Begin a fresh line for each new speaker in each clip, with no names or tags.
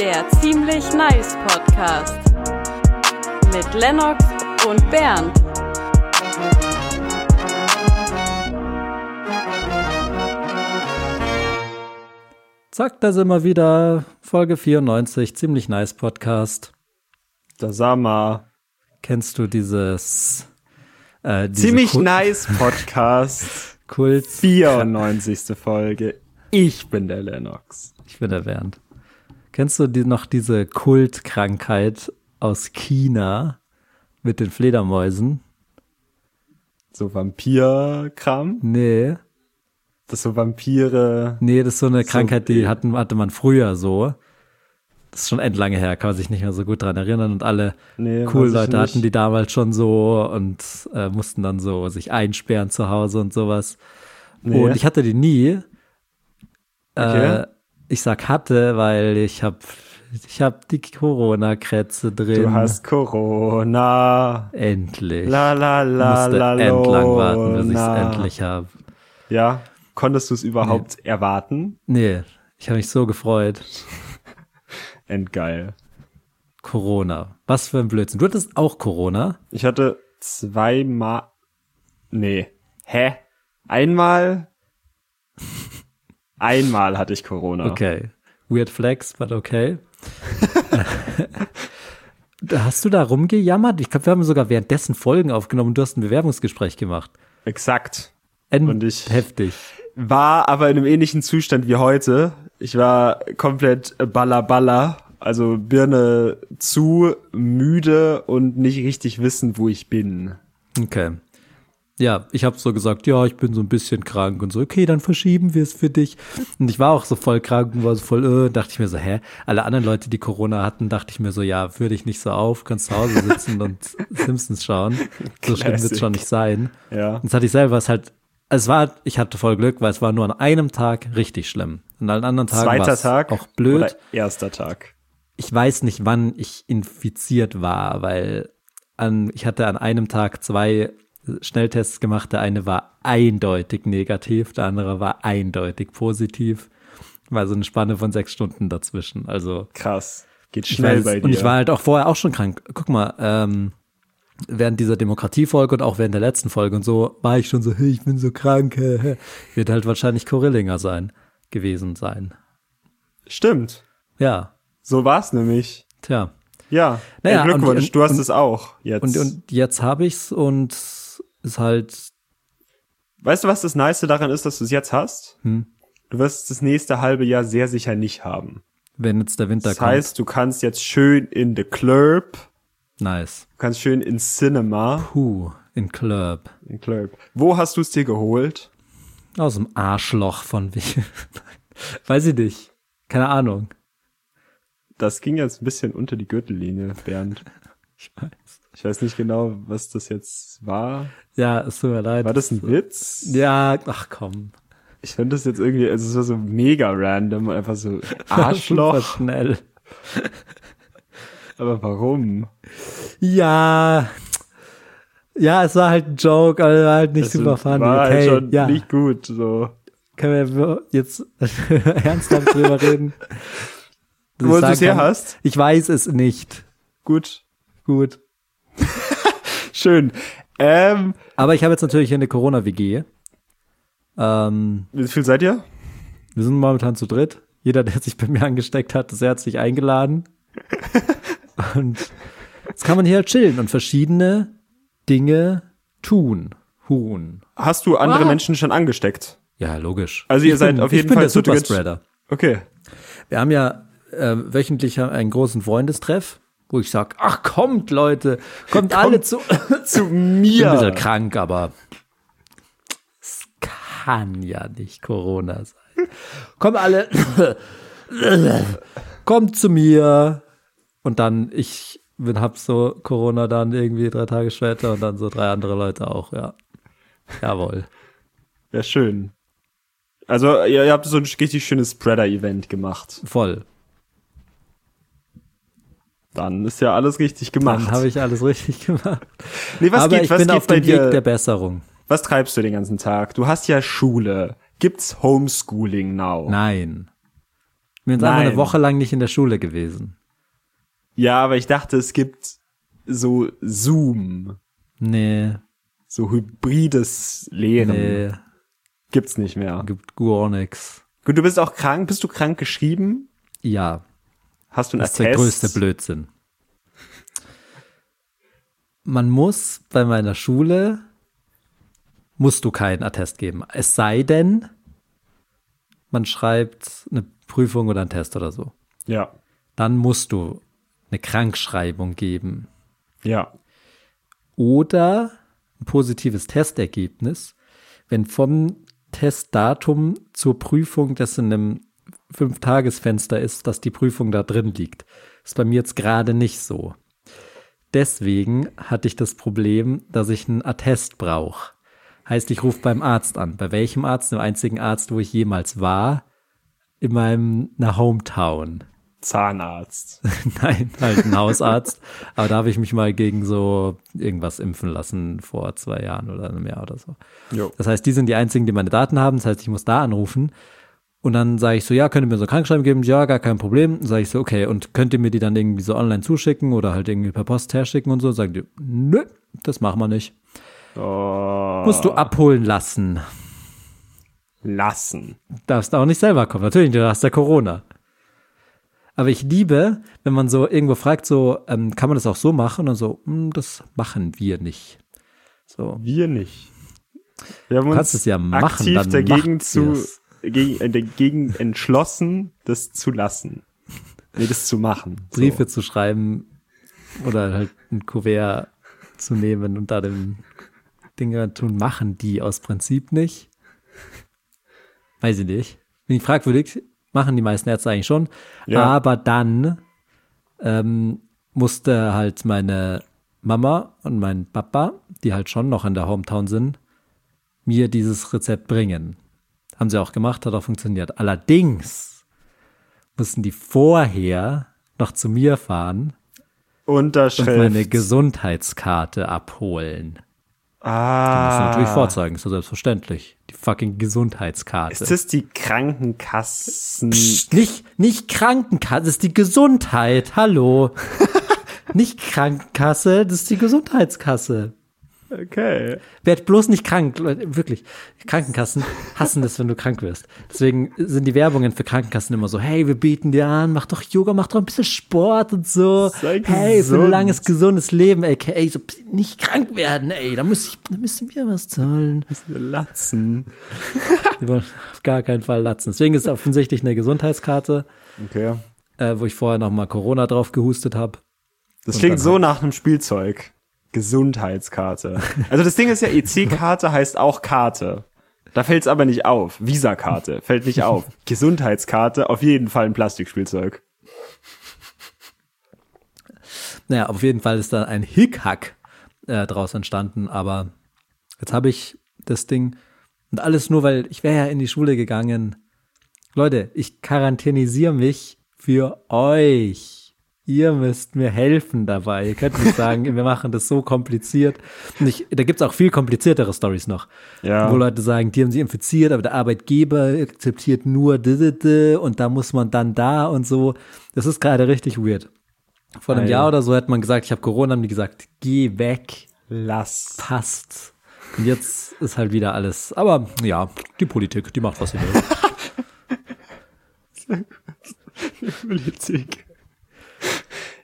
Der Ziemlich Nice Podcast. Mit Lennox und Bernd.
Zack, da sind wir wieder. Folge 94, ziemlich nice Podcast.
Da sag mal.
Kennst du dieses äh, diese
Ziemlich
Kul-
nice Podcast.
Kult?
94. Folge. Ich bin der Lennox.
Ich bin der Bernd. Kennst du die, noch diese Kultkrankheit aus China mit den Fledermäusen?
So Vampirkram.
Nee.
Das ist so Vampire.
Nee, das ist so eine Krankheit, die hatten, hatte man früher so. Das ist schon endlange her, kann man sich nicht mehr so gut dran erinnern. Und alle
Nee,
cool
weiß ich
Leute hatten
nicht.
die damals schon so und äh, mussten dann so sich einsperren zu Hause und sowas.
Nee.
Und ich hatte die nie.
Okay.
Äh, ich sag hatte, weil ich hab, ich hab die Corona-Krätze drin.
Du hast Corona.
endlich.
La la la
Musste
la
endlang warten, bis ich es
Lona.
endlich habe.
Ja. Konntest du es überhaupt erwarten?
Nee, ich habe mich so gefreut.
Endgeil.
Corona. Was für ein Blödsinn. Du hattest auch Corona?
Ich hatte zweimal. Nee. Hä? Einmal? Einmal hatte ich Corona.
Okay. Weird Flex, but okay. Da Hast du da rumgejammert? Ich glaube, wir haben sogar währenddessen Folgen aufgenommen und du hast ein Bewerbungsgespräch gemacht.
Exakt.
End
Und ich-
heftig.
War aber in einem ähnlichen Zustand wie heute. Ich war komplett ballerballer, also Birne zu, müde und nicht richtig wissen, wo ich bin.
Okay. Ja, ich habe so gesagt, ja, ich bin so ein bisschen krank und so, okay, dann verschieben wir es für dich. Und ich war auch so voll krank und war so voll, äh, dachte ich mir so, hä? Alle anderen Leute, die Corona hatten, dachte ich mir so, ja, führ dich nicht so auf, kannst zu Hause sitzen und Simpsons schauen. So schlimm wird's
Classic.
schon nicht sein.
Ja.
Und das hatte ich selber, es halt, es war, ich hatte voll Glück, weil es war nur an einem Tag richtig schlimm. An allen anderen Tagen
Zweiter
war's
Tag
auch blöd
oder erster Tag?
ich weiß nicht, wann ich infiziert war, weil an, ich hatte an einem Tag zwei Schnelltests gemacht. Der eine war eindeutig negativ, der andere war eindeutig positiv. War so eine Spanne von sechs Stunden dazwischen. Also
Krass. Geht
ich
schnell
weiß-
bei dir.
Und ich war halt auch vorher auch schon krank. Guck mal, ähm, während dieser Demokratiefolge und auch während der letzten Folge und so war ich schon so, hey, ich bin so krank. hä, hä. Wird halt wahrscheinlich Korillinger sein, gewesen sein.
Stimmt.
Ja,
So war's nämlich.
tja.
Ja.
Naja,
Ey, Glückwunsch,
und- und-
du hast
und-
es auch jetzt.
Und, und jetzt habe ich's und ist halt,
Weißt du, was das Nice daran ist, dass du es jetzt hast?
Hm.
Du wirst das nächste halbe Jahr sehr sicher nicht haben.
wenn jetzt der Winter
Das heißt, du kannst jetzt schön in the Club,
kommt, nice.
du kannst schön in Cinema.
Puh, in Club.
In Club. Wo hast du es dir geholt?
Aus dem Arschloch von wie. Weiß ich nicht. Keine Ahnung.
Das ging jetzt ein bisschen unter die Gürtellinie, Bernd.
Ich weiß.
Ich weiß nicht genau, was das jetzt war.
Ja, es tut mir leid.
War das ein Witz?
Ja, ach komm.
Ich fand das jetzt irgendwie, also es war so mega random, einfach so
Super
Arschloch.
schnell.
Aber warum?
Ja. Ja, es war halt ein Joke, aber war halt nicht
Das
super funny.
War halt
Okay,
schon
ja. Also
nicht gut, so.
Können wir jetzt ernsthaft drüber reden? Dass
Wo
ich
du
sagen
es her
kann,
hast?
Ich weiß es nicht.
Gut.
Gut.
Schön. Ähm,
Aber ich habe jetzt natürlich hier eine Corona-WG. Ähm,
wie viel seid ihr?
wir sind momentan zu dritt. Jeder, der sich bei mir angesteckt hat, ist herzlich eingeladen. und jetzt kann man hier halt chillen und verschiedene Dinge tun. Huhn.
Hast du andere Menschen schon angesteckt?
Ja, logisch.
Also ihr
ich
seid
bin,
auf
ich
jeden
bin
Fall
der
zu dritt.
Superspreader.
Okay.
Wir haben ja äh, wöchentlich einen großen Freundestreff, wo ich sage, ach kommt Leute, kommt alle zu.
Zu
Ich bin ein
mir.
bisschen krank, aber es kann ja nicht Corona sein. Kommt alle, kommt zu mir. Und dann, ich bin, hab so Corona dann irgendwie drei Tage später und dann so drei andere Leute auch, ja. Jawohl.
Ja, schön. Also ihr, ihr habt so ein richtig schönes Spreader-Event gemacht.
Voll.
Dann ist ja alles richtig gemacht.
Dann habe ich alles richtig gemacht.
nee, was
aber
geht,
ich
was
bin
geht
auf
bei
dem
dir?
Weg der Besserung.
was treibst du den ganzen Tag? Du hast ja Schule. Gibt's Homeschooling now?
Nein. Wir sind einfach eine
Nein.
Woche lang nicht in der Schule gewesen.
Ja, aber ich dachte, es gibt so Zoom,
Nee,
so hybrides Lehren.
nee,
Gibt's nicht mehr.
gibt gar nix.
Gut, du bist auch krank. Bist du krank geschrieben?
Ja,
Hast du einen
das ist der
Attest?
größte Blödsinn. Man muss bei meiner Schule, musst du keinen Attest geben. Es sei denn, man schreibt eine Prüfung oder einen Test oder so.
Ja,
Dann musst du eine Krankschreibung geben.
ja.
oder ein positives Testergebnis, wenn vom Testdatum zur Prüfung, das in einem Fünf-Tages-Fenster ist, dass die Prüfung da drin liegt. Ist bei mir jetzt gerade nicht so. Deswegen hatte ich das Problem, dass ich einen Attest brauche. Heißt, ich rufe beim Arzt an. Bei welchem Arzt? Dem einzigen Arzt, wo ich jemals war. In meinem na Hometown.
Zahnarzt.
Nein, halt ein Hausarzt. Aber da habe ich mich mal gegen so irgendwas impfen lassen vor zwei Jahren oder einem Jahr oder so.
Jo.
Das heißt, die sind die einzigen, die meine Daten haben. Das heißt, ich muss da anrufen. Und dann sage ich so, ja, könnt ihr mir so Krankschreiben geben? Ja, gar kein Problem. Dann sage ich so, okay, und könnt ihr mir die dann irgendwie so online zuschicken oder halt irgendwie per Post herschicken und so? Sagen die, nö, das machen wir nicht.
Oh,
Musst du abholen lassen.
lassen.
darfst auch nicht selber kommen. Natürlich, du hast ja Corona. Aber ich liebe, wenn man so irgendwo fragt, so, ähm, kann man das auch so machen? Und dann so, hm, das machen wir nicht. So,
Wir nicht. Wir haben
kannst
uns
es ja machen,
aktiv
dann
dagegen
macht
zu
ihr's.
gegen, äh, dagegen entschlossen, das zu lassen. Nee, das zu machen. So.
Briefe zu schreiben oder halt ein Kuvert zu nehmen und da dem Dinge tun, machen die aus Prinzip nicht. Weiß ich nicht. Bin ich fragwürdig, machen die meisten Ärzte eigentlich schon.
Ja.
Aber dann ähm, musste halt meine Mama und mein Papa, die halt schon noch in der Hometown sind, mir dieses Rezept bringen. Haben sie auch gemacht, hat auch funktioniert. Allerdings mussten die vorher noch zu mir fahren und meine
Unterschrift.
Gesundheitskarte abholen. Das
ah,
natürlich vorzeigen, ist ja selbstverständlich. Die fucking Gesundheitskarte.
ist das die Krankenkassen?
Psst, nicht, nicht Krankenkasse, das ist die Gesundheit. Hallo. nicht Krankenkasse, das ist die Gesundheitskasse.
Okay.
Werd bloß nicht krank, Leute, wirklich. Krankenkassen hassen das, wenn du krank wirst. Deswegen sind die Werbungen für Krankenkassen immer so, hey, wir bieten dir an, mach doch Yoga, mach doch ein bisschen Sport und so.
Sei
hey, für ein
gesund.
langes, gesundes Leben, aka so p- nicht krank werden, ey, da müsste ich, da müsste mir was zahlen.
Latzen.
Die wollen auf gar keinen Fall latzen. Deswegen ist es offensichtlich eine Gesundheitskarte,
Okay.
äh, wo ich vorher nochmal Corona drauf gehustet habe.
Das klingt so nach einem Spielzeug. Gesundheitskarte. Also das Ding ist ja, EC-Karte heißt auch Karte. Da fällt es aber nicht auf. Visa-Karte fällt nicht auf. Gesundheitskarte auf jeden Fall ein Plastikspielzeug.
Naja, auf jeden Fall ist da ein Hickhack äh, draus entstanden, aber jetzt habe ich das Ding und alles nur, weil ich wäre ja in die Schule gegangen. Leute, ich quarantänisiere mich für euch. Ihr müsst mir helfen dabei. Ihr könnt nicht sagen, wir machen das so kompliziert. Und ich, da gibt's auch viel kompliziertere Stories noch.
Ja.
Wo Leute sagen, die haben sie infiziert, aber der Arbeitgeber akzeptiert nur d -d -d und da muss man dann da und so. Das ist gerade richtig weird. Vor einem
Ei.
Jahr oder so hat man gesagt, ich habe Corona, haben die gesagt, geh weg,
Lass.
passt. Und jetzt ist halt wieder alles. Aber ja, die Politik, die macht, was sie will.
Politik.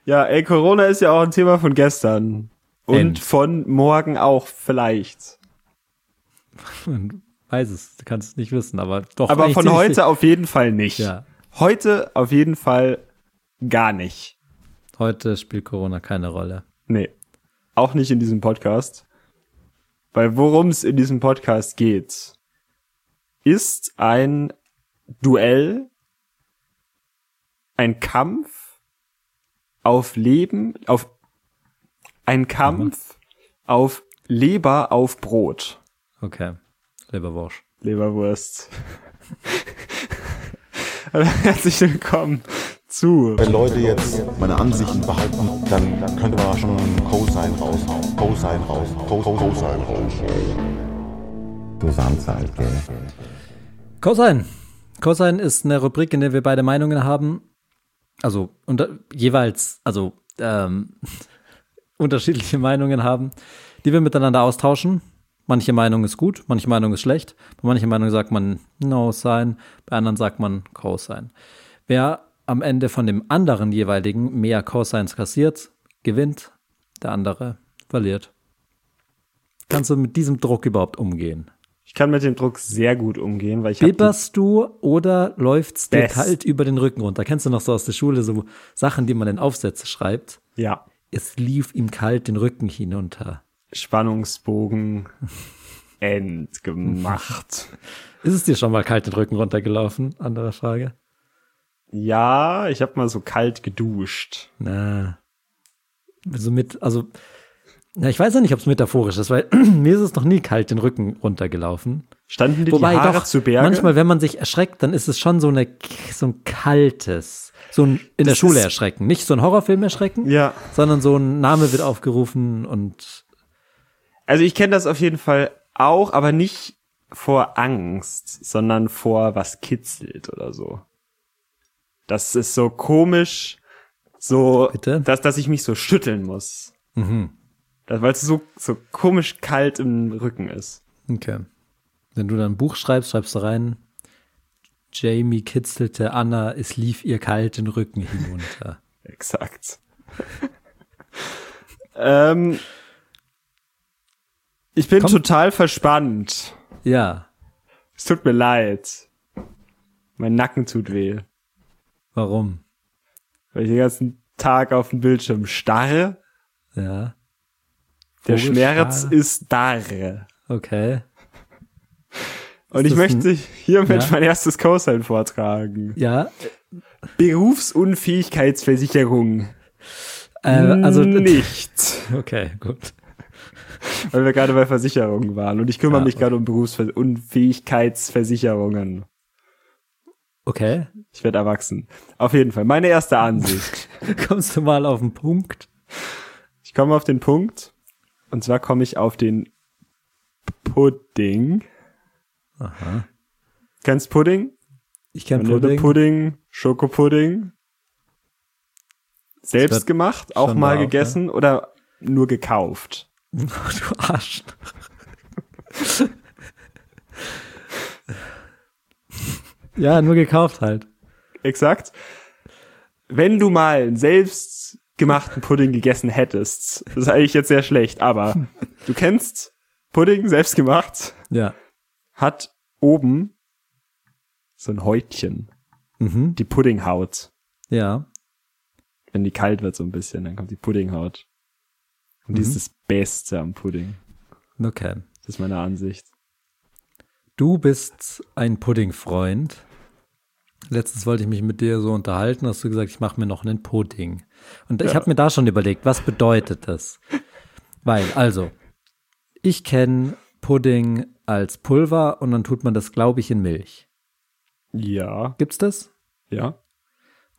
Ja, ey, Corona ist ja auch ein Thema von gestern. Und
End.
von morgen auch vielleicht.
Man weiß es, du kannst es nicht wissen, aber doch.
Aber
eigentlich
von
ziemlich
heute
sicher.
auf jeden Fall nicht.
Ja.
Heute auf jeden Fall gar nicht.
Heute spielt Corona keine Rolle.
Nee. Auch nicht in diesem Podcast. Weil worum es in diesem Podcast geht, ist ein Duell, ein Kampf auf Leben, auf ein Kampf auf Leber auf Brot.
Okay. Leberwursch.
Leberwurst. Herzlich willkommen zu
Wenn Leute jetzt meine Ansichten behaupten, dann könnte man schon ein Cosine raushauen. Cosine raushauen. Co- Co- Cosine raushauen.
Du Samstag, gell?
Cosine. Cosine ist eine Rubrik, in der wir beide Meinungen haben. Also unter, jeweils, also ähm, unterschiedliche Meinungen haben, die wir miteinander austauschen. Manche Meinung ist gut, manche Meinung ist schlecht. Bei mancher Meinung sagt man No sein, bei anderen sagt man Cosine. Wer am Ende von dem anderen jeweiligen mehr Cosines kassiert, gewinnt, der andere verliert. Kannst du mit diesem Druck überhaupt umgehen?
Ich kann mit dem Druck sehr gut umgehen, weil ich hab die-
Bibberst du oder läuft's dir
Best.
kalt über den Rücken runter? Kennst du noch so aus der Schule so Sachen, die man in Aufsätze schreibt?
ja
Es lief ihm kalt den Rücken hinunter.
Spannungsbogen entgemacht.
Ist es dir schon mal kalt den Rücken runtergelaufen? Andere Frage.
ja, ich habe mal so kalt geduscht.
Na. So mit, also, na, ich weiß ja nicht, ob es metaphorisch ist, weil mir ist es noch nie kalt den Rücken runtergelaufen.
Standen dir
Wobei
die Haare
doch,
zu Berge?
manchmal, wenn man sich erschreckt, dann ist es schon so, eine, so ein kaltes, so ein in der
Das
Schule
ist-
erschrecken. Nicht so ein Horrorfilm erschrecken,
Ja.
sondern so ein Name wird aufgerufen und
Also ich kenne das auf jeden Fall auch, aber nicht vor Angst, sondern vor was kitzelt oder so. Das ist so komisch, so,
Bitte?
dass, dass ich mich so schütteln muss. Mhm. Weil es so, so komisch kalt im Rücken ist.
okay. Wenn du dann ein Buch schreibst, schreibst du rein, Jamie kitzelte Anna, es lief ihr kalt den Rücken hinunter.
Exakt. ähm, ich bin
Komm.
total verspannt.
ja,
Es tut mir leid. Mein Nacken tut weh.
warum?
weil ich den ganzen Tag auf dem Bildschirm starre.
Ja,
Der
Vogelstarre.
Schmerz ist darre.
okay.
Und
Ist
ich
das ein-
möchte hiermit
Ja?
mein erstes Cosign vortragen.
Ja,
Berufsunfähigkeitsversicherung.
äh,
Hm,
also,
nicht.
okay, gut.
Weil wir gerade bei Versicherungen waren. Und ich kümmere
Ja,
mich
okay.
gerade um Berufsunfähigkeitsversicherungen.
Okay,
Ich werde erwachsen. Auf jeden Fall. Meine erste Ansicht.
kommst du mal auf den Punkt?
ich komme auf den Punkt. Und zwar komme ich auf den Pudding.
Aha.
Kennst Pudding?
Ich kenne
Vanillepudding,
Pudding.
Pudding, Schokopudding. Selbst
wird
gemacht, auch
schon
mal
drauf, ne?
gegessen oder nur gekauft.
Du Arsch. ja, nur gekauft halt.
Exakt. Wenn du mal einen selbstgemachten Pudding gegessen hättest, das ist eigentlich jetzt sehr schlecht, aber du kennst Pudding selbstgemacht,
Ja.
hat oben so ein Häutchen,
Mhm.
die Puddinghaut.
Ja.
Wenn die kalt wird so ein bisschen, dann kommt die Puddinghaut. Und die ist das Beste am Pudding.
Okay.
Das ist meine Ansicht.
Du bist ein Puddingfreund. Letztens wollte ich mich mit dir so unterhalten, hast du gesagt, ich mache mir noch einen Pudding. Und ich habe mir da schon überlegt, was bedeutet das? Weil, also, ich kenne Pudding als Pulver und dann tut man das, glaube ich, in Milch.
Ja,
Gibt's das?
ja.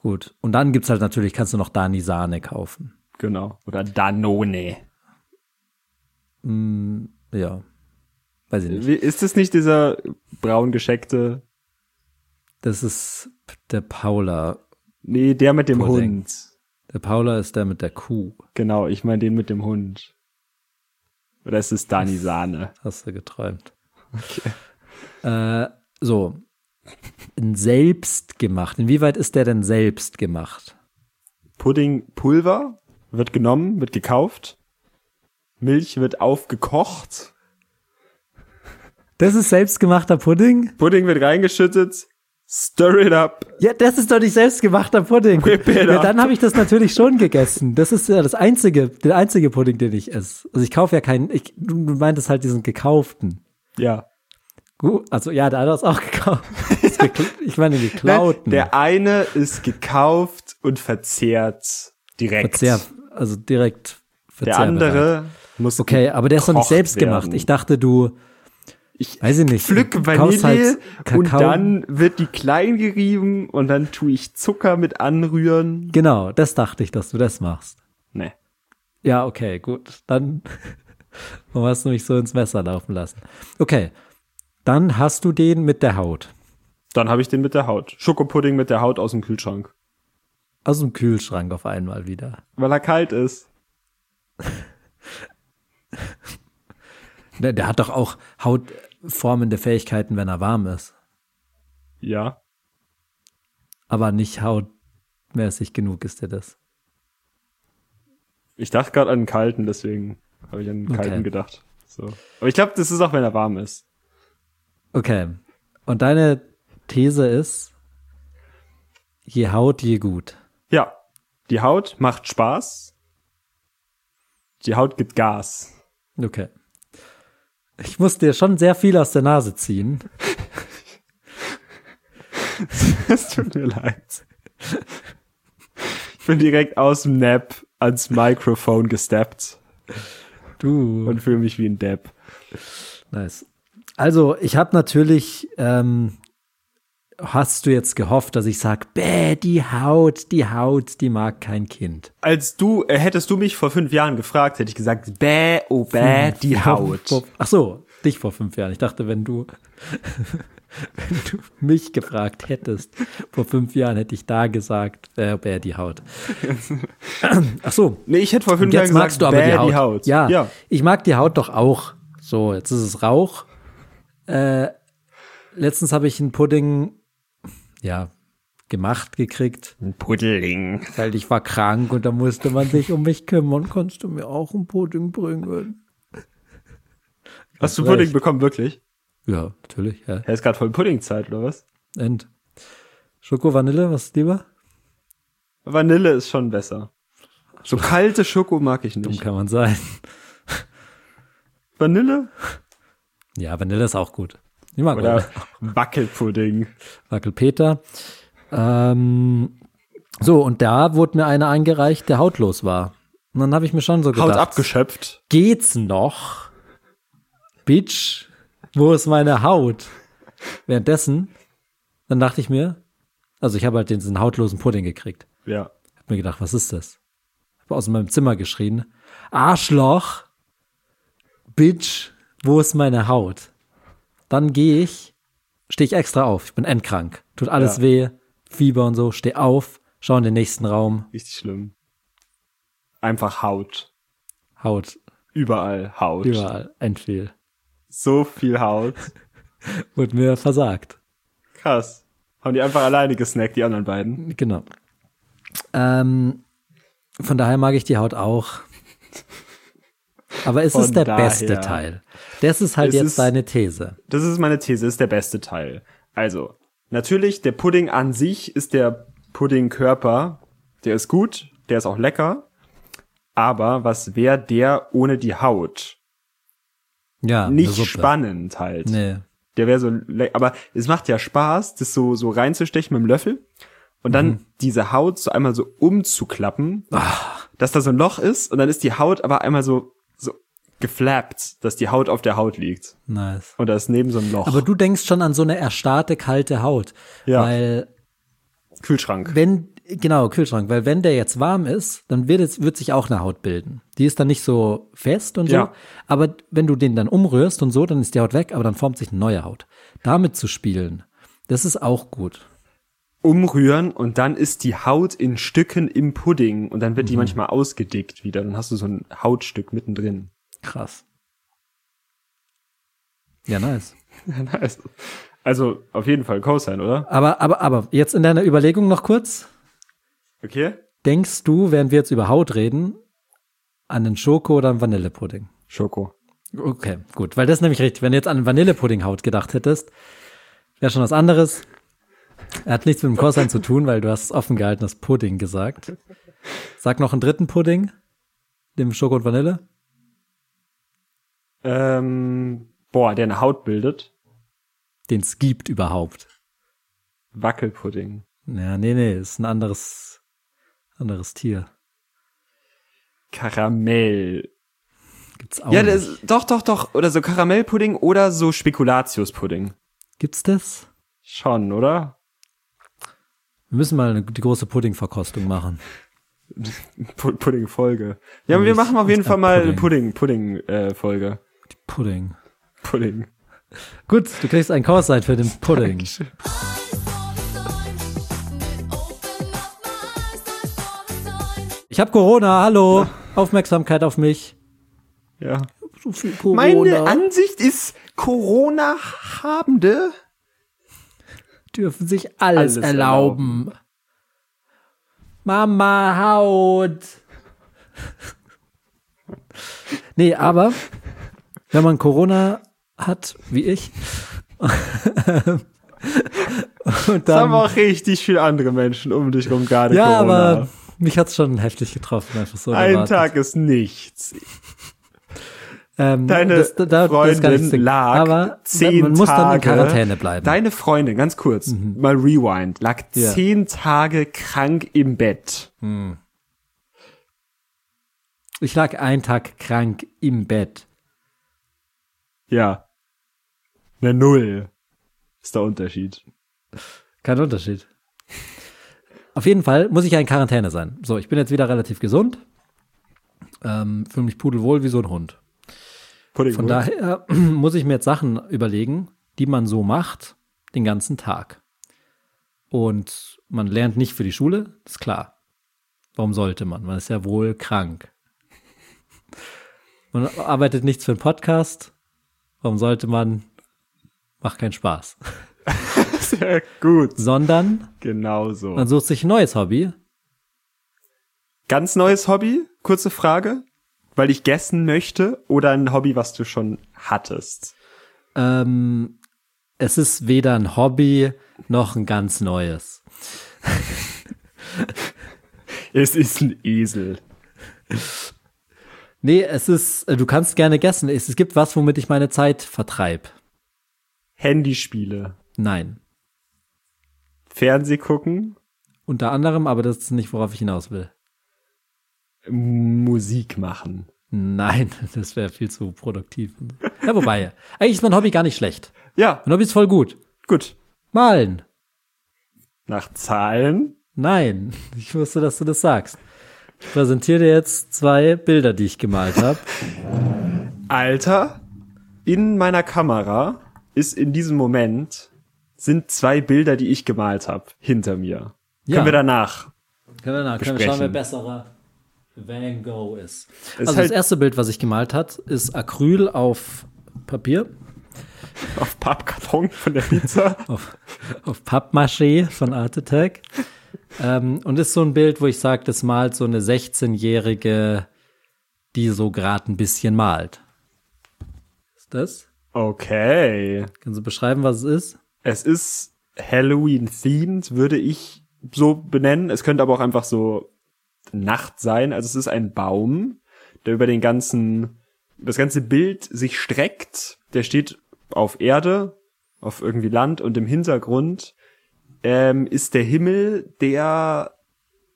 Gut. Und dann gibt's halt natürlich, kannst du noch Dani Sahne kaufen.
Genau. Oder Danone.
Ja. Weiß ich nicht.
Wie, ist das nicht dieser braun gescheckte?
Das ist der Paula.
Nee, der mit dem
Pudding.
Hund.
Der Paula ist der mit der Kuh.
Genau, ich meine den mit dem Hund. Oder ist es Dani Sahne?
Hast du geträumt. Okay. Äh, so. Ein Selbstgemacht. Inwieweit ist der denn selbstgemacht?
Puddingpulver wird genommen, wird gekauft. Milch wird aufgekocht.
Das ist selbstgemachter Pudding?
Pudding wird reingeschüttet. Stir it up.
Ja, das ist doch nicht selbstgemachter Pudding.
Whip it
Ja,
up.
dann habe ich das natürlich schon gegessen. Das ist ja das einzige, der einzige Pudding, den ich esse. Also ich kaufe ja keinen, ich, du du meintest halt diesen gekauften.
Ja.
Gut, also ja, der andere ist auch gekauft. Ist gekl- ich meine, geklauten.
Der eine ist gekauft und verzehrt direkt.
Verzehr, also direkt
Der
verzehrbereit.
andere muss
Okay, aber der ist doch nicht
gekocht
selbst gemacht.
werden.
Ich dachte, du,
Ich
weiß ich nicht, du
pflück
kaufst
Vanille
halt
und
Kakao.
dann wird die klein gerieben und dann tue ich Zucker mit anrühren.
genau, das dachte ich, dass du das machst.
Nee.
Ja, okay, gut. Dann warum hast du mich so ins Messer laufen lassen. Okay, dann hast du den mit der Haut.
Dann habe ich den mit der Haut. Schokopudding mit der Haut aus dem Kühlschrank.
Aus dem Kühlschrank auf einmal wieder.
Weil er kalt ist.
Der, der hat doch auch hautformende Fähigkeiten, wenn er warm ist.
Ja.
Aber nicht hautmäßig genug ist er das.
Ich dachte gerade an den kalten, deswegen habe ich an den
Okay.
kalten gedacht. So. Aber ich glaube, das ist auch, wenn er warm ist.
Okay. Und deine These ist, je Haut, je gut.
Ja. Die Haut macht Spaß. Die Haut gibt Gas.
Okay. Ich muss dir schon sehr viel aus der Nase ziehen.
Es tut mir leid. Ich bin direkt aus dem Nap ans Mikrofon gesteppt
Du.
und fühle mich wie ein Depp.
Nice. Also, ich habe natürlich, ähm, hast du jetzt gehofft, dass ich sage, bäh, die Haut, die Haut, die mag kein Kind.
Als du, äh, hättest du mich vor fünf Jahren gefragt, hätte ich gesagt, bäh, oh bäh, die
Hm. Vor-
Haut.
Ach so, dich vor fünf Jahren. Ich dachte, wenn du, wenn du mich gefragt hättest, vor fünf Jahren hätte ich da gesagt, äh, bäh, die Haut. Ach so,
Nee, ich hätte vor fünf
Und
Jahren
jetzt
gesagt,
magst du aber
bäh,
die Haut.
die Haut.
Ja,
ja.
ich mag die Haut doch auch. So, jetzt ist es Rauch. Äh, letztens habe ich einen Pudding, ja, gemacht gekriegt,
Ein Puddling.
weil ich war krank und da musste man sich um mich kümmern. Kannst du mir auch einen Pudding bringen?
Hast du
Vielleicht.
Pudding bekommen, wirklich?
Ja, natürlich. Ja.
Er ist gerade voll Puddingzeit, oder was?
Und Schoko Vanille, was ist lieber?
Vanille ist schon besser. So kalte Schoko mag ich
Dumm
nicht.
kann man sein.
Vanille
Ja, Vanille ist auch gut. Ich mag
oder
Vanille.
Wackelpudding.
Wackel Peter. Ähm, so, und da wurde mir einer eingereicht, der hautlos war. Und dann habe ich mir schon so
Haut
gedacht,
abgeschöpft.
geht's noch? Bitch, wo ist meine Haut? Währenddessen, dann dachte ich mir, also ich habe halt diesen hautlosen Pudding gekriegt.
Ja.
Hab mir gedacht, was ist das? Hab aus meinem Zimmer geschrien, Arschloch, Bitch, wo ist meine Haut? Dann gehe ich, stehe ich extra auf, ich bin endkrank, tut alles
Ja.
weh, Fieber und so, stehe auf, schau in den nächsten Raum,
Richtig schlimm. Einfach Haut.
Haut,
Überall Haut.
überall, Endfehl,
So viel Haut.
wurde mir versagt.
Krass. Haben die einfach alleine gesnackt, die anderen beiden.
Genau. Ähm, von daher mag ich die Haut auch. Aber es
Von
ist der
daher.
beste Teil. Das ist halt
Es
jetzt
ist-
deine These.
Das ist meine These, ist der beste Teil. Also, natürlich, der Pudding an sich ist der Puddingkörper. Der ist gut, der ist auch lecker. Aber was wäre der ohne die Haut?
Ja, eine
Nicht
Suppe.
spannend halt.
Nee.
Der wäre so, le- aber es macht ja Spaß, das so, so reinzustechen mit dem Löffel und dann diese Haut so einmal so umzuklappen, dass da so ein Loch ist und dann ist die Haut aber einmal so, so geflappt, dass die Haut auf der Haut liegt
Nice.
und da ist neben so ein Loch.
Aber du denkst schon an so eine erstarrte, kalte Haut.
Ja.
Weil
Kühlschrank.
wenn, genau, Kühlschrank, weil wenn der jetzt warm ist, dann wird, es, wird sich auch eine Haut bilden. Die ist dann nicht so fest und
Ja.
so. Aber wenn du den dann umrührst und so, dann ist die Haut weg, aber dann formt sich eine neue Haut. Damit zu spielen, das ist auch gut.
Umrühren und dann ist die Haut in Stücken im Pudding und dann wird die manchmal ausgedickt wieder. Dann hast du so ein Hautstück mittendrin.
Krass. Ja, nice.
Nice. Also auf jeden Fall Cosine, oder?
Aber, aber, aber, jetzt in deiner Überlegung noch kurz.
Okay.
Denkst du, während wir jetzt über Haut reden, an den Schoko oder einen Vanillepudding?
Schoko.
Okay, gut, weil das ist nämlich richtig. Wenn du jetzt an Vanillepuddinghaut gedacht hättest, wäre schon was anderes. Er hat nichts mit dem Cosine zu tun, weil du hast es offen gehalten, hast Pudding gesagt. Sag noch einen dritten Pudding, dem Schoko und Vanille.
Ähm, boah, der eine Haut bildet.
Den es gibt überhaupt.
Wackelpudding.
Ja, nee, nee, ist ein anderes, anderes Tier.
Karamell.
Gibt's auch.
ja,
nicht.
das, doch, doch, doch. Oder so Karamellpudding oder so Spekulatiuspudding.
Gibt's das?
Schon, oder?
Wir müssen mal eine, die große Puddingverkostung machen.
Pu- Pudding-Folge. Ja,
Ja,
aber wir
ich-
machen auf jeden
ich-
Fall mal eine
Pudding.
Pudding-Pudding-Folge.
Pudding.
Pudding.
Gut, du kriegst ein Cosine für den Pudding. Ich habe Corona, hallo. Aufmerksamkeit auf mich.
Ja.
So viel Corona.
Meine Ansicht ist, Corona-Habende
dürfen sich alles,
Alles
erlauben. Mama haut. nee, aber wenn man Corona hat, wie ich, und
Das haben
dann,
auch richtig viele andere Menschen um dich rum gerade
ja,
Corona.
aber mich hat's schon heftig getroffen, einfach so.
Ein
unerwartet.
Tag ist nichts.
Ähm,
Deine
das- da- da- das ist gar
Freundin
nicht Ding.
lag
aber
zehn
man muss
Tage.
dann in Quarantäne bleiben. Mhm.
Deine Freundin, ganz kurz, mal rewind, lag
Ja.
zehn Tage krank im Bett.
ich lag einen Tag krank im Bett.
Ja. Eine Null ist der Unterschied.
Kein Unterschied. Auf jeden Fall muss ich ja in Quarantäne sein. So, ich bin jetzt wieder relativ gesund. Ähm, Fühle mich pudelwohl wie so ein Hund.
Pudding,
Von
oder?
daher muss ich mir jetzt Sachen überlegen, die man so macht, den ganzen Tag. Und man lernt nicht für die Schule, ist klar. Warum sollte man? Man ist ja wohl krank. Man arbeitet nichts für einen Podcast. Warum sollte man? Macht keinen Spaß.
Sehr gut.
Sondern
Genau so.
man sucht sich ein neues Hobby,
Ganz neues Hobby, kurze Frage, weil ich gessen möchte oder ein Hobby, was du schon hattest.
Ähm, es ist weder ein Hobby noch ein ganz neues.
Es ist ein Esel.
Nee, es ist, äh, du kannst gerne gessen. Es, es gibt was, womit ich meine Zeit vertreibe.
Handyspiele,
Nein.
Fernseh gucken,
Unter anderem, aber das ist nicht, worauf ich hinaus will.
Musik machen.
Nein, das wäre viel zu produktiv. Ja, wobei, eigentlich ist mein Hobby gar nicht schlecht.
Ja,
Mein Hobby ist voll gut.
gut.
Malen.
Nach Zahlen.
Nein, ich wusste, dass du das sagst. Ich präsentiere dir jetzt zwei Bilder, die ich gemalt habe.
Alter, in meiner Kamera ist in diesem Moment sind zwei Bilder, die ich gemalt habe, hinter mir.
Ja.
Können wir danach.
Können wir, nach, können wir
besprechen.
schauen, wer besserer Van Gogh ist.
Ist
also
halt-
das erste Bild, was ich gemalt hat, ist Acryl auf Papier,
Auf Pappkarton von der Pizza.
auf, auf Pappmaché von Art Attack. ähm, und ist so ein Bild, wo ich sage, das malt so eine 16-Jährige, die so gerade ein bisschen malt. Ist das?
Okay.
Kannst du beschreiben, was es ist?
Es ist Halloween-themed, würde ich so benennen. Es könnte aber auch einfach so Nacht sein. Also es ist ein Baum, der über den ganzen, über das ganze Bild sich streckt. Der steht auf Erde, auf irgendwie Land und im Hintergrund ähm, ist der Himmel, der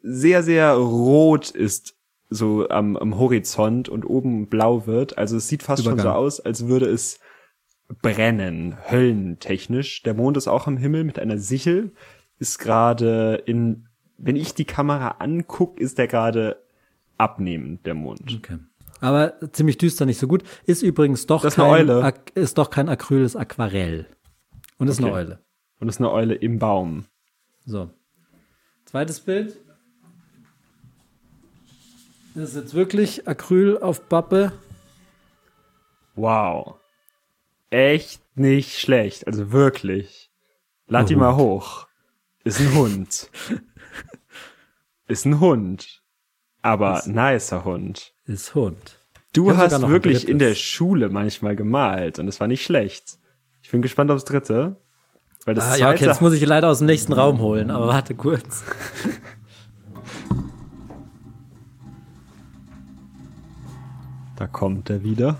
sehr, sehr rot ist, so am, am Horizont und oben blau wird. Also es sieht fast schon
Übergang.
so aus, als würde es brennen, höllentechnisch. Der Mond ist auch am Himmel mit einer Sichel, ist gerade in, wenn ich die Kamera anguck, ist der gerade abnehmend, der Mond.
Okay. Aber ziemlich düster, nicht so gut. Ist übrigens doch,
Das ist
kein,
eine Eule.
Ak- ist doch kein Acryl, ist Aquarell. Und ist eine
Okay.
Eule.
Und ist eine Eule im Baum.
So. Zweites Bild. Das ist jetzt wirklich Acryl auf Pappe.
Wow. Echt nicht schlecht, also wirklich. Lad ihn mal hoch. Ist ein Hund. ist ein Hund. Aber nicer Hund.
Ist Hund. Ich
Du
hab sogar
hast
noch ein
wirklich in der
drittes.
Schule manchmal gemalt und es war nicht schlecht. Ich bin gespannt aufs dritte. Weil das
Ah,
zweite,
ja, okay, das muss ich leider aus dem nächsten Raum holen, aber warte kurz.
da kommt er wieder.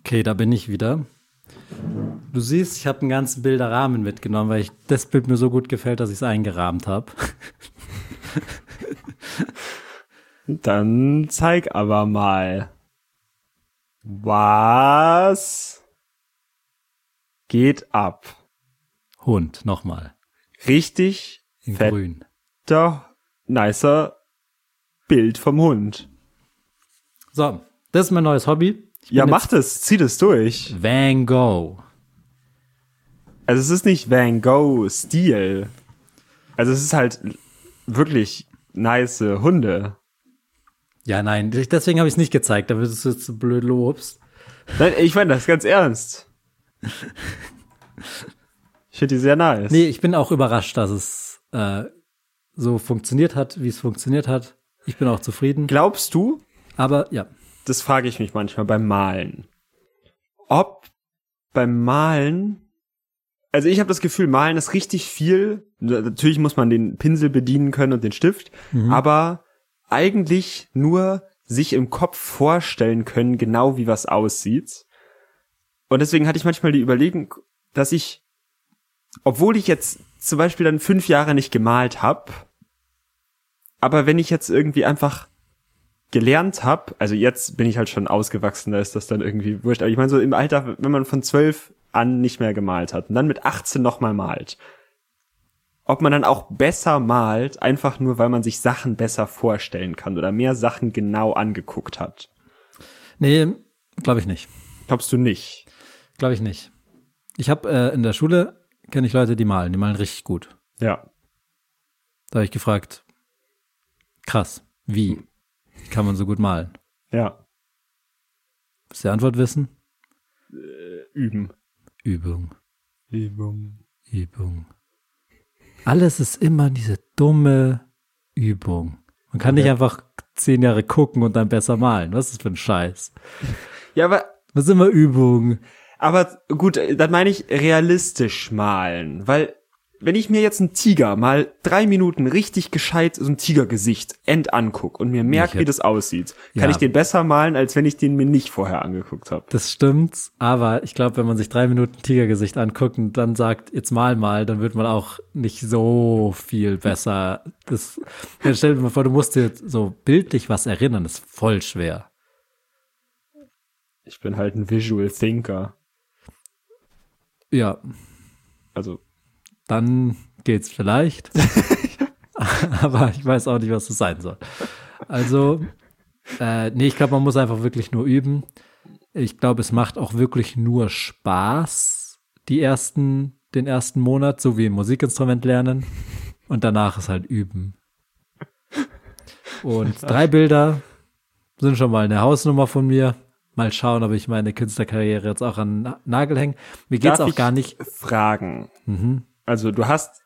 Okay, da bin ich wieder. Du siehst, ich habe einen ganzen Bilderrahmen mitgenommen, weil ich das Bild mir so gut gefällt, dass ich es eingerahmt habe.
Dann zeig aber mal. Was geht ab?
Hund, nochmal.
Richtig
In
fetter,
grün.
nicer Bild vom Hund.
So, das ist mein neues Hobby. Ich
ja,
bin
mach das, zieh das durch.
jetzt Van Gogh.
Also es ist nicht Van Gogh-Stil. Also es ist halt wirklich nice Hunde.
Ja, nein, deswegen habe ich es nicht gezeigt, damit du es jetzt blöd lobst.
Nein, ich meine das ganz ernst. Ich finde die sehr nice.
Nee, ich bin auch überrascht, dass es äh, so funktioniert hat, wie es funktioniert hat. Ich bin auch zufrieden.
Glaubst du,
Aber ja,
das frage ich mich manchmal beim Malen, ob beim Malen, also ich habe das Gefühl, Malen ist richtig viel. Natürlich muss man den Pinsel bedienen können und den Stift, aber eigentlich nur sich im Kopf vorstellen können, genau wie was aussieht. Und deswegen hatte ich manchmal die Überlegung, dass ich, obwohl ich jetzt zum Beispiel dann fünf Jahre nicht gemalt habe, aber wenn ich jetzt irgendwie einfach gelernt habe, also jetzt bin ich halt schon ausgewachsen, da ist das dann irgendwie wurscht. Aber ich meine, so im Alter, wenn man von zwölf an nicht mehr gemalt hat und dann mit 18 nochmal malt, ob man dann auch besser malt, einfach nur, weil man sich Sachen besser vorstellen kann oder mehr Sachen genau angeguckt hat.
nee, glaube ich nicht.
Glaubst du nicht?
Glaube ich nicht. Ich habe äh, in der Schule, kenne ich Leute, die malen, die malen richtig gut.
Ja.
Da habe ich gefragt, krass, wie kann man so gut malen?
Ja.
Ist die Antwort wissen?
Üben.
Übung,
Übung.
Übung. Alles ist immer diese dumme Übung. Man kann nicht einfach zehn Jahre gucken und dann besser malen. Was ist das für ein Scheiß?
Ja, aber
Das ist immer Übung.
Aber gut, dann meine ich realistisch malen, weil wenn ich mir jetzt einen Tiger mal drei Minuten richtig gescheit so ein Tigergesicht end anguck und mir merke,
Ich
wie
hätt-
das aussieht, kann
Ja.
ich den besser malen, als wenn ich den mir nicht vorher angeguckt habe.
Das stimmt, aber ich glaube, wenn man sich drei Minuten Tigergesicht anguckt und dann sagt, jetzt mal mal, dann wird man auch nicht so viel besser. Das, dann stell dir mal vor, du musst dir so bildlich was erinnern, das ist voll schwer.
Ich bin halt ein Visual Thinker.
Ja,
Also,
dann geht's vielleicht. aber ich weiß auch nicht, was das sein soll. Also, äh, nee, ich glaube, man muss einfach wirklich nur üben. Ich glaube, es macht auch wirklich nur Spaß, die ersten, den ersten Monat, so wie ein Musikinstrument lernen. Und danach ist halt üben. Und drei Bilder sind schon mal eine Hausnummer von mir. Mal schauen, ob ich meine Künstlerkarriere jetzt auch an Na- Nagel hänge. Mir geht's
darf
auch
ich
gar nicht. Mhm.
Fragen. Also, du hast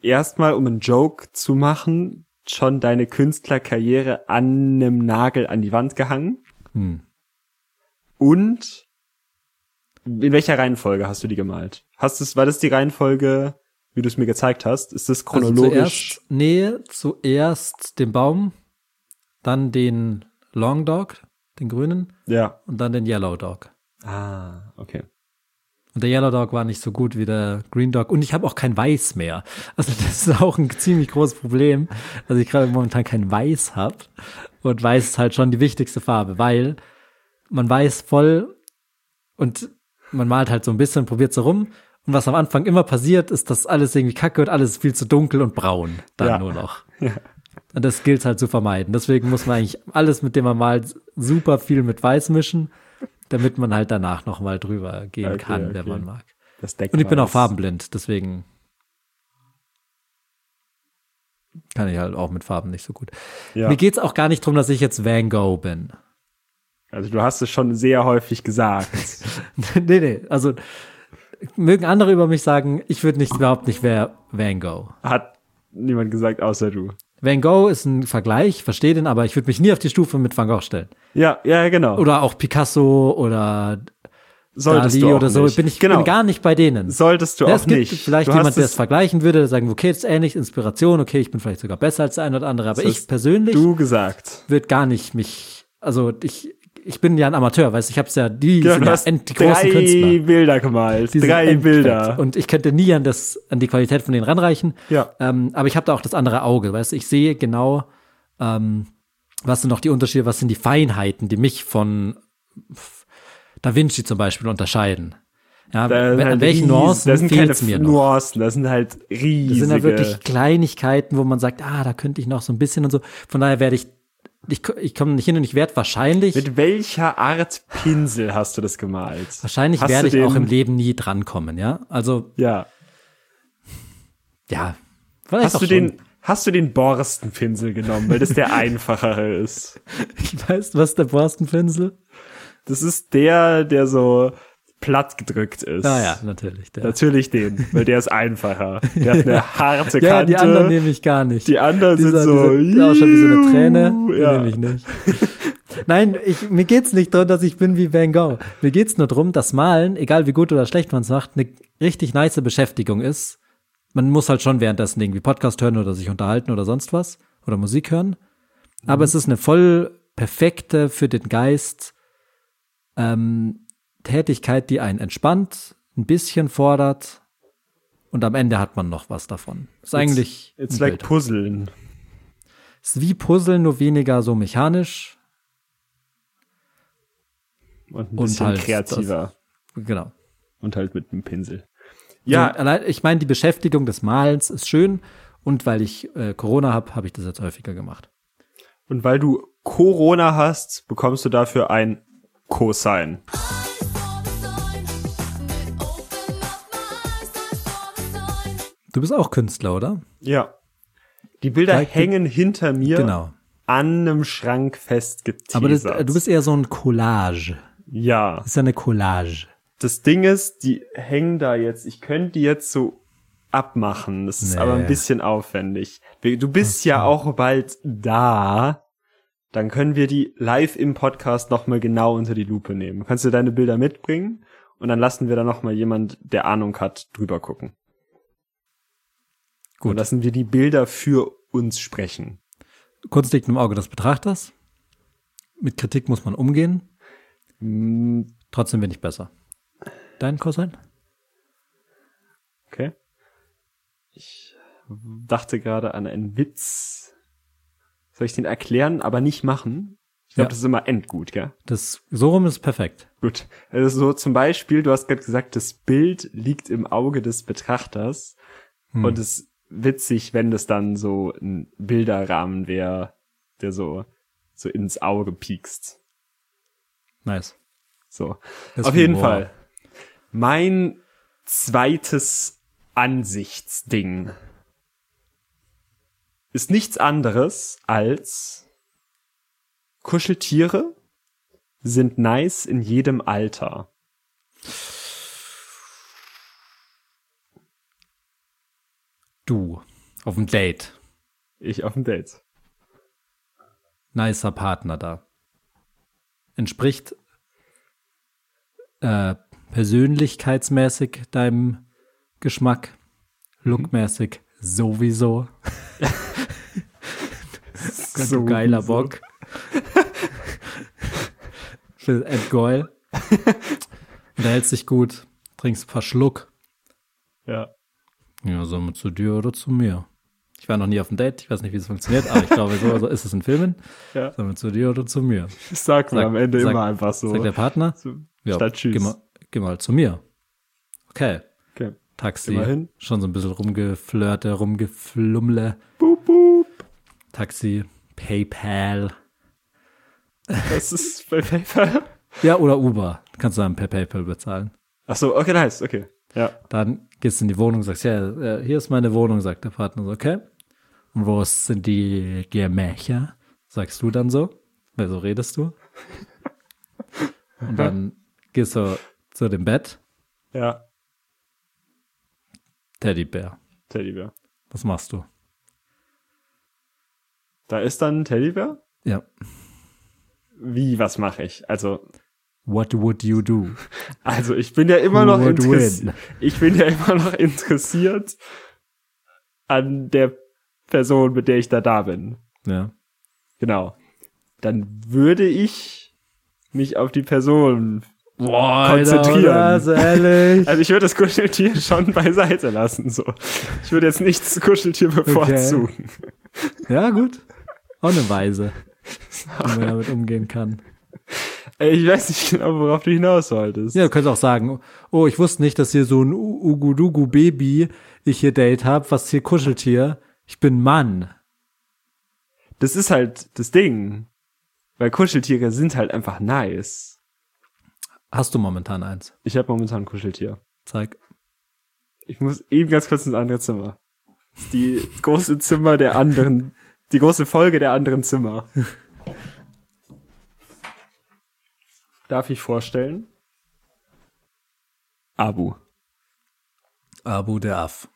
erstmal, um einen Joke zu machen, schon deine Künstlerkarriere an einem Nagel an die Wand gehangen.
Hm.
Und in welcher Reihenfolge hast du die gemalt? Hast es, war das die Reihenfolge, wie du es mir gezeigt hast? Ist das chronologisch?
Also zuerst, nee, zuerst den Baum, dann den Long Dog, den grünen,
ja.
und dann den Yellow Dog.
Ah, okay.
Und der Yellow Dog war nicht so gut wie der Green Dog. Und ich habe auch kein Weiß mehr. Also das ist auch ein ziemlich großes Problem, dass ich gerade momentan kein Weiß habe. Und Weiß ist halt schon die wichtigste Farbe, weil man weiß voll und man malt halt so ein bisschen, probiert so rum. Und was am Anfang immer passiert, ist, dass alles irgendwie kacke und alles ist viel zu dunkel und braun dann
Ja.
nur noch. Und das gilt halt zu vermeiden. Deswegen muss man eigentlich alles, mit dem man malt, super viel mit Weiß mischen, damit man halt danach nochmal drüber gehen
Okay,
kann, wenn
okay.
man mag.
Das Deck
Und ich bin
war
auch
es.
farbenblind, deswegen kann ich halt auch mit Farben nicht so gut.
Ja.
Mir geht's auch gar nicht drum, dass ich jetzt Van Gogh bin.
Also du hast es schon sehr häufig gesagt.
nee, nee, also mögen andere über mich sagen, ich würde nicht überhaupt nicht wer Van Gogh.
Hat niemand gesagt, außer du.
Van Gogh ist ein Vergleich, verstehe den, aber ich würde mich nie auf die Stufe mit Van Gogh stellen.
Ja, ja, genau.
Oder auch Picasso oder
Solltest
Dali
du auch
oder so.
nicht.
Bin ich
genau.
bin gar nicht bei denen.
Solltest du
Ja,
auch
es gibt
nicht.
vielleicht
du
jemand,
hast
der
es-
es vergleichen würde, der sagen, okay, das ist ähnlich, Inspiration, okay, ich bin vielleicht sogar besser als der ein oder andere, aber
Das hast
ich persönlich
Du gesagt.
wird gar nicht mich, also ich, ich bin ja ein Amateur, weißt du, ich hab's ja, die
Ja,
sind
du
ja
hast
end, die
drei
großen Künstler.
Bilder gemalt.
Die sind
drei
endfett.
Bilder.
Und ich könnte nie an, das, an die Qualität von denen ranreichen.
Ja.
Ähm, aber ich habe da auch das andere Auge. Weißt du, ich sehe genau, ähm, was sind noch die Unterschiede, was sind die Feinheiten, die mich von Da Vinci zum Beispiel unterscheiden. Ja,
Da sind
an
halt
welchen
riesen- da
Nuancen
sind
fehlt
keine
es mir noch?
Nuancen, das sind halt riesige.
Das sind ja wirklich Kleinigkeiten, wo man sagt, ah, da könnte ich noch so ein bisschen und so. Von daher werde ich, ich, ich komme nicht hin und ich werde wahrscheinlich,
Mit welcher Art Pinsel hast du das gemalt?
wahrscheinlich
hast
werde ich
du den-
auch im Leben nie drankommen, ja. Also,
Ja.
ja. Vielleicht
Hast
auch
du
schon.
den hast du den Borstenpinsel genommen, weil das der einfachere ist.
Ich weiß, was der Borstenpinsel?
Das ist der, der so platt gedrückt ist.
Naja, natürlich. Der.
Natürlich den, weil der ist einfacher. Der hat eine harte Kante.
Ja, die anderen nehme ich gar nicht.
Die anderen
Dieser,
sind so.
diese, auch schon wie so eine Träne, die
Ja.
nehme ich nicht. Nein, ich, mir geht's nicht darum, dass ich bin wie Van Gogh. Mir geht's nur darum, dass Malen, egal wie gut oder schlecht man es macht, eine richtig nice Beschäftigung ist. Man muss halt schon währenddessen irgendwie Podcast hören oder sich unterhalten oder sonst was oder Musik hören. Aber es ist eine voll perfekte für den Geist ähm, Tätigkeit, die einen entspannt, ein bisschen fordert und am Ende hat man noch was davon. Ist eigentlich
It's
ein
like
Bild.
Puzzeln.
ist wie Puzzeln, nur weniger so mechanisch.
Und ein
Und
bisschen
halt das-
kreativer.
Genau.
Und halt mit einem Pinsel.
Ja.
Ja,
So, allein, ich meine, die Beschäftigung des Malens ist schön und weil ich äh, Corona habe, habe ich das jetzt häufiger gemacht.
und weil du Corona hast, bekommst du dafür ein Cosine.
Du bist auch Künstler, oder?
Ja. Die Bilder
Like die-
hängen hinter mir
Genau.
an einem Schrank festgeteasert.
Aber das, äh, du bist eher so ein Collage.
ja.
Das ist ja eine Collage.
Das Ding ist, die hängen da jetzt. Ich könnte die jetzt so abmachen. Das ist
Nee.
aber ein bisschen aufwendig. Wir- Du bist ja auch bald da. Dann können wir die live im Podcast nochmal genau unter die Lupe nehmen. Kannst du deine Bilder mitbringen? Und dann lassen wir da nochmal jemand, der Ahnung hat, drüber gucken.
Gut.
Und lassen wir die Bilder für uns sprechen.
Kunst liegt im Auge des Betrachters. Mit Kritik muss man umgehen. Trotzdem bin ich besser. Dein Cosine?
Okay. Ich dachte gerade an einen Witz. Soll ich den erklären, aber nicht machen? Ich glaube,
Ja.
das ist immer endgut, gell?
Das, so rum ist perfekt.
Gut. Also so zum Beispiel, du hast gerade gesagt, das Bild liegt im Auge des Betrachters. Und es ist witzig, wenn das dann so ein Bilderrahmen wäre, der so, so ins Auge piekst.
Nice.
So.
Das
Auf jeden
Humor.
Fall. Mein zweites Ansichtsding ist nichts anderes als Kuscheltiere sind nice in jedem Alter.
Du. Auf dem Date.
Ich auf dem Date.
nicer Partner da. Entspricht äh, persönlichkeitsmäßig deinem Geschmack, lookmäßig sowieso. Gott,
Sowieso.
du geiler Bock. Für Ed Goyle. Unterhältst dich gut, trinkst ein paar Schluck.
Ja.
Ja, somit zu dir oder zu mir. Ich war noch nie auf dem Date, ich weiß nicht, wie es funktioniert, aber ich glaube, so so ist es in Filmen.
Ja.
Somit zu dir oder zu mir.
Das sagt man
Sag-
am Ende
sag-
immer einfach so.
Sagt der Partner?
So,
Ja,
statt tschüss.
Geh, mal, geh mal zu mir. Okay,
okay.
Taxi.
Immerhin.
Schon so ein bisschen rumgeflirte, rumgeflummle.
Boop, boop.
Taxi, PayPal.
Das ist bei PayPal.
Ja, oder Uber. Kannst du dann per PayPal bezahlen.
Ach so, okay, nice, okay. Ja.
Dann gehst du in die Wohnung, sagst, ja, äh, hier ist meine Wohnung, sagt der Partner so, okay. Und wo sind die Gemächer? Sagst du dann so, weil so redest du. Und dann gehst du zu dem Bett,
Ja.
Teddybär.
Teddybär.
Was machst du?
Da ist dann ein Teddybär.
Ja.
wie, was mache ich? Also,
What would you do?
also ich bin ja immer noch
Would
interessiert.
win.
Ich bin ja immer noch interessiert an der Person, mit der ich da da bin.
Ja.
Genau. Dann würde ich mich auf die Person.
Boah,
konzentrieren.
Alter, ehrlich.
Also ich würde das Kuscheltier schon beiseite lassen. So, ich würde jetzt nicht das Kuscheltier bevorzugen.
ja, gut. Auch eine Weise, wie man damit umgehen kann.
Ey, Ich weiß nicht genau, worauf du hinaus wolltest.
Ja, du könntest auch sagen, oh, ich wusste nicht, dass hier so ein U- Ugudugu-Baby ich hier Date hab, was hier Kuscheltier. Ich bin Mann.
Das ist halt das Ding, weil Kuscheltiere sind halt einfach nice.
Hast du momentan eins?
Ich habe momentan ein Kuscheltier.
Zeig.
Ich muss eben ganz kurz ins andere Zimmer. Die große Zimmer der anderen, die große Folge der anderen Zimmer. Darf ich vorstellen? Abu.
Abu der Aff.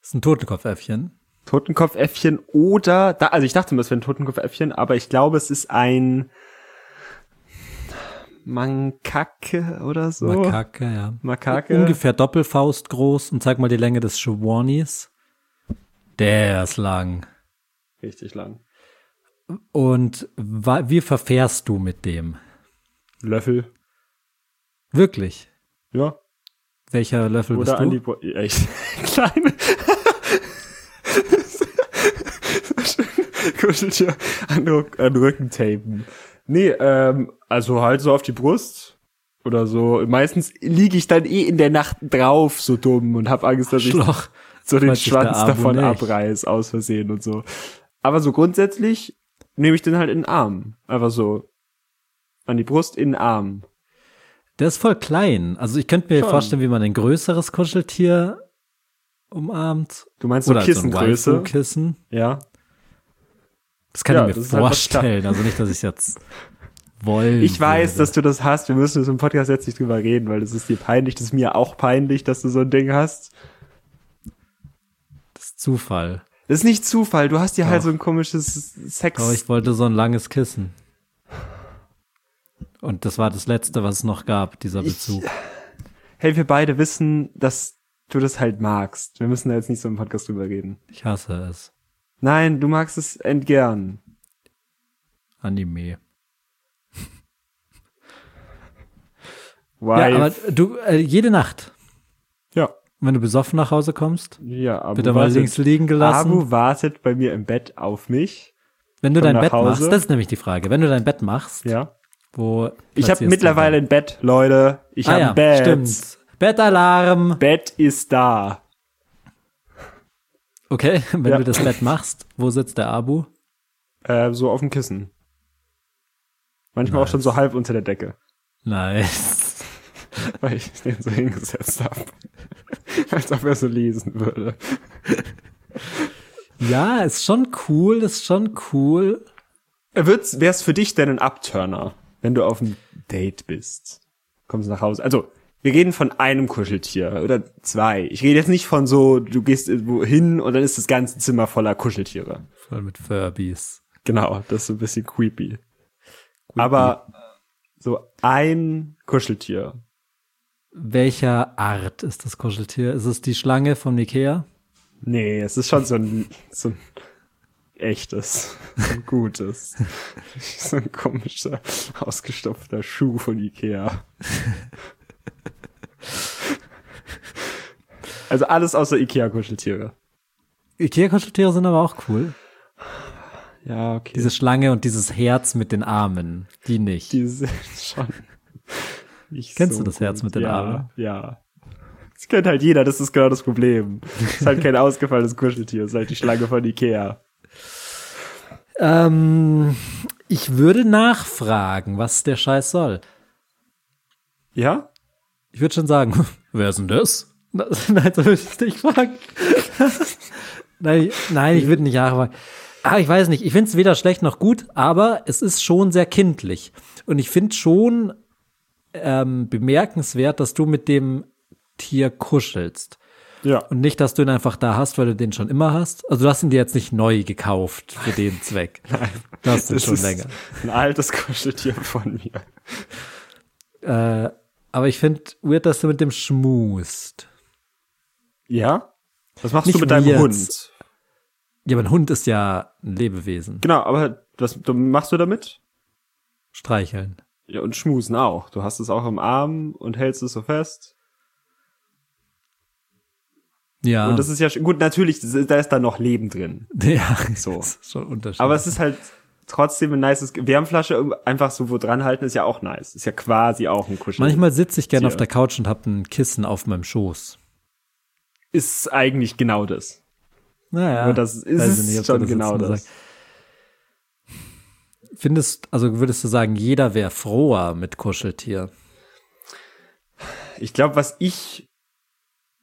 Ist ein Totenkopfäffchen.
Totenkopfäffchen oder, da, also ich dachte immer, es wäre ein Totenkopfäffchen, aber ich glaube, es ist ein Mankake oder so.
Makake, ja.
Oh. Makake.
Ungefähr Doppelfaust groß und zeig mal die Länge des Schwanis. Der ist lang.
Richtig lang.
Und wa- wie verfährst du mit dem?
Löffel.
Wirklich?
Ja.
Welcher Löffel
Oder an
bist
die
du?
Bro Ja, Echt. Kleine. Kuscheltier an, Rück an Rücken tapen. Nee, ähm, also halt so auf die Brust oder so. Meistens liege ich dann eh in der Nacht drauf, so dumm, und hab Angst, dass ich
Schloch.
so den
Meint sich der
Schwanz
Abu
davon
nicht.
abreiß, aus Versehen und so. Aber so grundsätzlich nehme ich den halt in den Arm. Einfach so. An die Brust, in den Arm.
Der ist voll klein. Also ich könnte mir
Schon.
vorstellen, wie man ein größeres Kuscheltier umarmt.
Du meinst so
Oder halt
Kissengröße?
So ein Kissen.
Ja.
Das kann
Ja,
ich mir
das ist halt was
vorstellen. also nicht, dass ich jetzt wollen
Ich weiß,
würde.
dass du das hast. Wir müssen das im Podcast jetzt nicht drüber reden, weil das ist dir peinlich. Das ist mir auch peinlich, dass du so ein Ding hast.
das ist Zufall.
Das ist nicht Zufall. Du hast dir halt so ein komisches Sex.
Aber ich wollte so ein langes Kissen. Und das war das Letzte, was es noch gab, dieser Bezug.
hey, wir beide wissen, dass du das halt magst. Wir müssen da jetzt nicht so im Podcast drüber reden.
Ich hasse es.
Nein, du magst es entgern.
Anime.
Why?
Ja, aber du, äh, jede Nacht,
ja,
wenn du besoffen nach Hause kommst,
ja Abu
wird er mal
wartet.
links liegen gelassen.
Abu wartet bei mir im Bett auf mich.
wenn du
komm
dein
nach
Bett
Hause.
machst, das ist nämlich die Frage. Wenn du dein Bett machst,
Ja.
wo.
Ich
platzierst
habe
du
mittlerweile
dein-
ein Bett, Leute. Ich
ah,
habe
ja,
ein Bett.
Stimmt. Bettalarm.
Bett ist da.
Okay, wenn
Ja.
du das Bett machst, wo sitzt der Abu?
Äh, so auf dem Kissen. Manchmal auch schon so halb unter der Decke,
Nice.
weil ich den so hingesetzt habe. Als ob er so lesen würde.
Ja, ist schon cool, ist schon cool.
Wär's Äh, wär's für dich denn ein Upturner, wenn du auf dem Date bist? Kommst nach Hause. Also, wir reden von einem Kuscheltier oder zwei. Ich rede jetzt nicht von so, du gehst irgendwo hin und dann ist das ganze Zimmer voller Kuscheltiere.
Voll mit Furbies.
Genau, das ist so ein bisschen creepy. Aber so ein Kuscheltier.
Welcher Art ist das Kuscheltier? Ist es die Schlange von Ikea?
Nee, es ist schon so ein, so ein echtes, so ein gutes. so ein komischer, ausgestopfter Schuh von Ikea. Also alles außer Ikea-Kuscheltiere.
Ikea-Kuscheltiere sind aber auch cool.
Ja, okay.
Diese Schlange und dieses Herz mit den Armen, die nicht.
die sind schon nicht
Kennst
so
du das Herz mit den
ja,
Armen?
Ja. Das kennt halt jeder, das ist genau das Problem. ist halt kein ausgefallenes Kuscheltier, ist halt die Schlange von Ikea.
Ähm, ich würde nachfragen, was der Scheiß soll.
Ja?
Ich würde schon sagen, wer ist denn das? Nein, so würde ich es nicht fragen. nein, ich- nein, ich würde nicht nachfragen. Ah, ich weiß nicht. Ich finde es weder schlecht noch gut, aber es ist schon sehr kindlich. Und ich finde schon ähm, bemerkenswert, dass du mit dem Tier kuschelst.
Ja.
Und nicht, dass du ihn einfach da hast, weil du den schon immer hast. Also du hast ihn dir jetzt nicht neu gekauft für den Zweck. Nein. Du hast ihn
Das
schon
ist
länger.
Ein altes Kuscheltier von mir.
Aber ich finde weird, dass du mit dem schmust.
Ja? Was machst
Nicht
du mit deinem
wir
Hund?
jetzt. Ja, aber ein Hund ist ja ein Lebewesen.
Genau, aber was du, machst du damit?
Streicheln.
Ja, und schmusen auch. Du hast es auch im Arm und hältst es so fest.
Ja.
Und das ist ja sch- gut, natürlich, das ist- da ist dann noch Leben drin.
ja,
So.
das ist schon unterschiedlich.
Aber es ist halt trotzdem ein nices Ge- Wärmflasche um- einfach so wo dran halten ist ja auch nice. Ist ja quasi auch ein Kuschel.
Manchmal sitze ich gerne auf
Tier.
der Couch und habe ein Kissen auf meinem Schoß.
ist eigentlich genau das.
Naja.
Aber das ist
weiß ich
es
ob
schon
du jetzt
genau
nur
das.
sagst. Findest, also würdest du sagen, jeder wäre froher mit Kuscheltier?
Ich glaube, was ich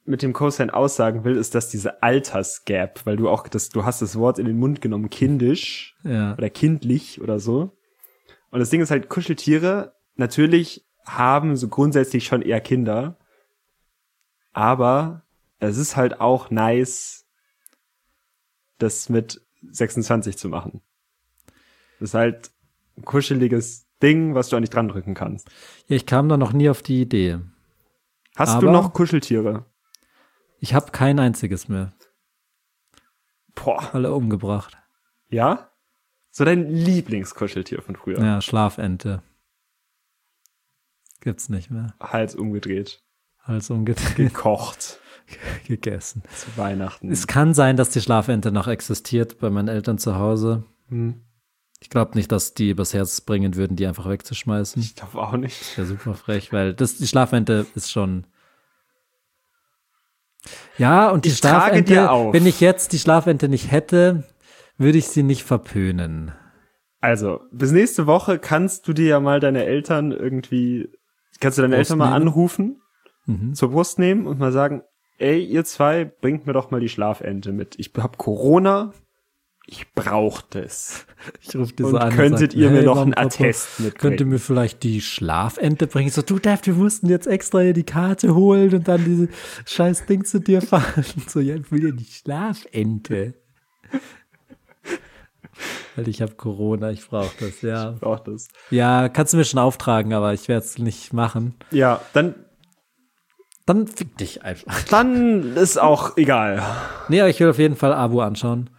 mit dem Cosine aussagen will, ist, dass diese Altersgap, weil du auch das, du hast das Wort in den Mund genommen, kindisch
Ja.
oder kindlich oder so. Und das Ding ist halt, Kuscheltiere natürlich haben so grundsätzlich schon eher Kinder, aber es ist halt auch nice, das mit 26 zu machen. Das ist halt ein kuscheliges Ding, was du auch nicht dran drücken kannst.
Ja, ich kam da noch nie auf die Idee.
Hast
Aber-
du noch Kuscheltiere?
Ich habe kein einziges mehr.
Boah.
Alle umgebracht.
Ja? So dein Lieblingskuscheltier von früher.
Ja, Schlafente. Gibt's nicht mehr.
Hals umgedreht.
Alles umgedreht,
Gekocht.
gegessen.
zu Weihnachten.
Es kann sein, dass die Schlafente noch existiert bei meinen Eltern zu Hause.
Hm.
Ich glaube nicht, dass die übers Herz bringen würden, die einfach wegzuschmeißen.
ich glaube auch nicht.
Ja, super frech, weil das, die Schlafente ist schon. Ja, und die
Ich trage
Schlafente,
dir auf.
wenn ich jetzt die Schlafente nicht hätte, würde ich sie nicht verpönen.
Also, bis nächste Woche kannst du dir ja mal deine Eltern irgendwie, kannst du deine
Brust
Eltern mal
nehmen?
anrufen,
Mhm.
zur Brust nehmen und mal sagen, ey, ihr zwei, bringt mir doch mal die Schlafente mit. Ich hab Corona, ich brauch das.
Ich rufe die
Und könntet ihr mir noch einen Attest mitbringen?
Könnt ihr mir vielleicht die Schlafente bringen? Ich So, du Dev, wir mussten jetzt extra hier die Karte holen und dann dieses scheiß Ding zu dir fahren. So, ja, ich will ja die Schlafente. Weil ich habe Corona, ich brauche das, ja.
Brauch das.
Ja, kannst du mir schon auftragen, aber ich werde es nicht machen.
Ja, dann,
Dann fick dich einfach.
dann ist auch egal.
Nee, aber ich will auf jeden Fall Abu anschauen.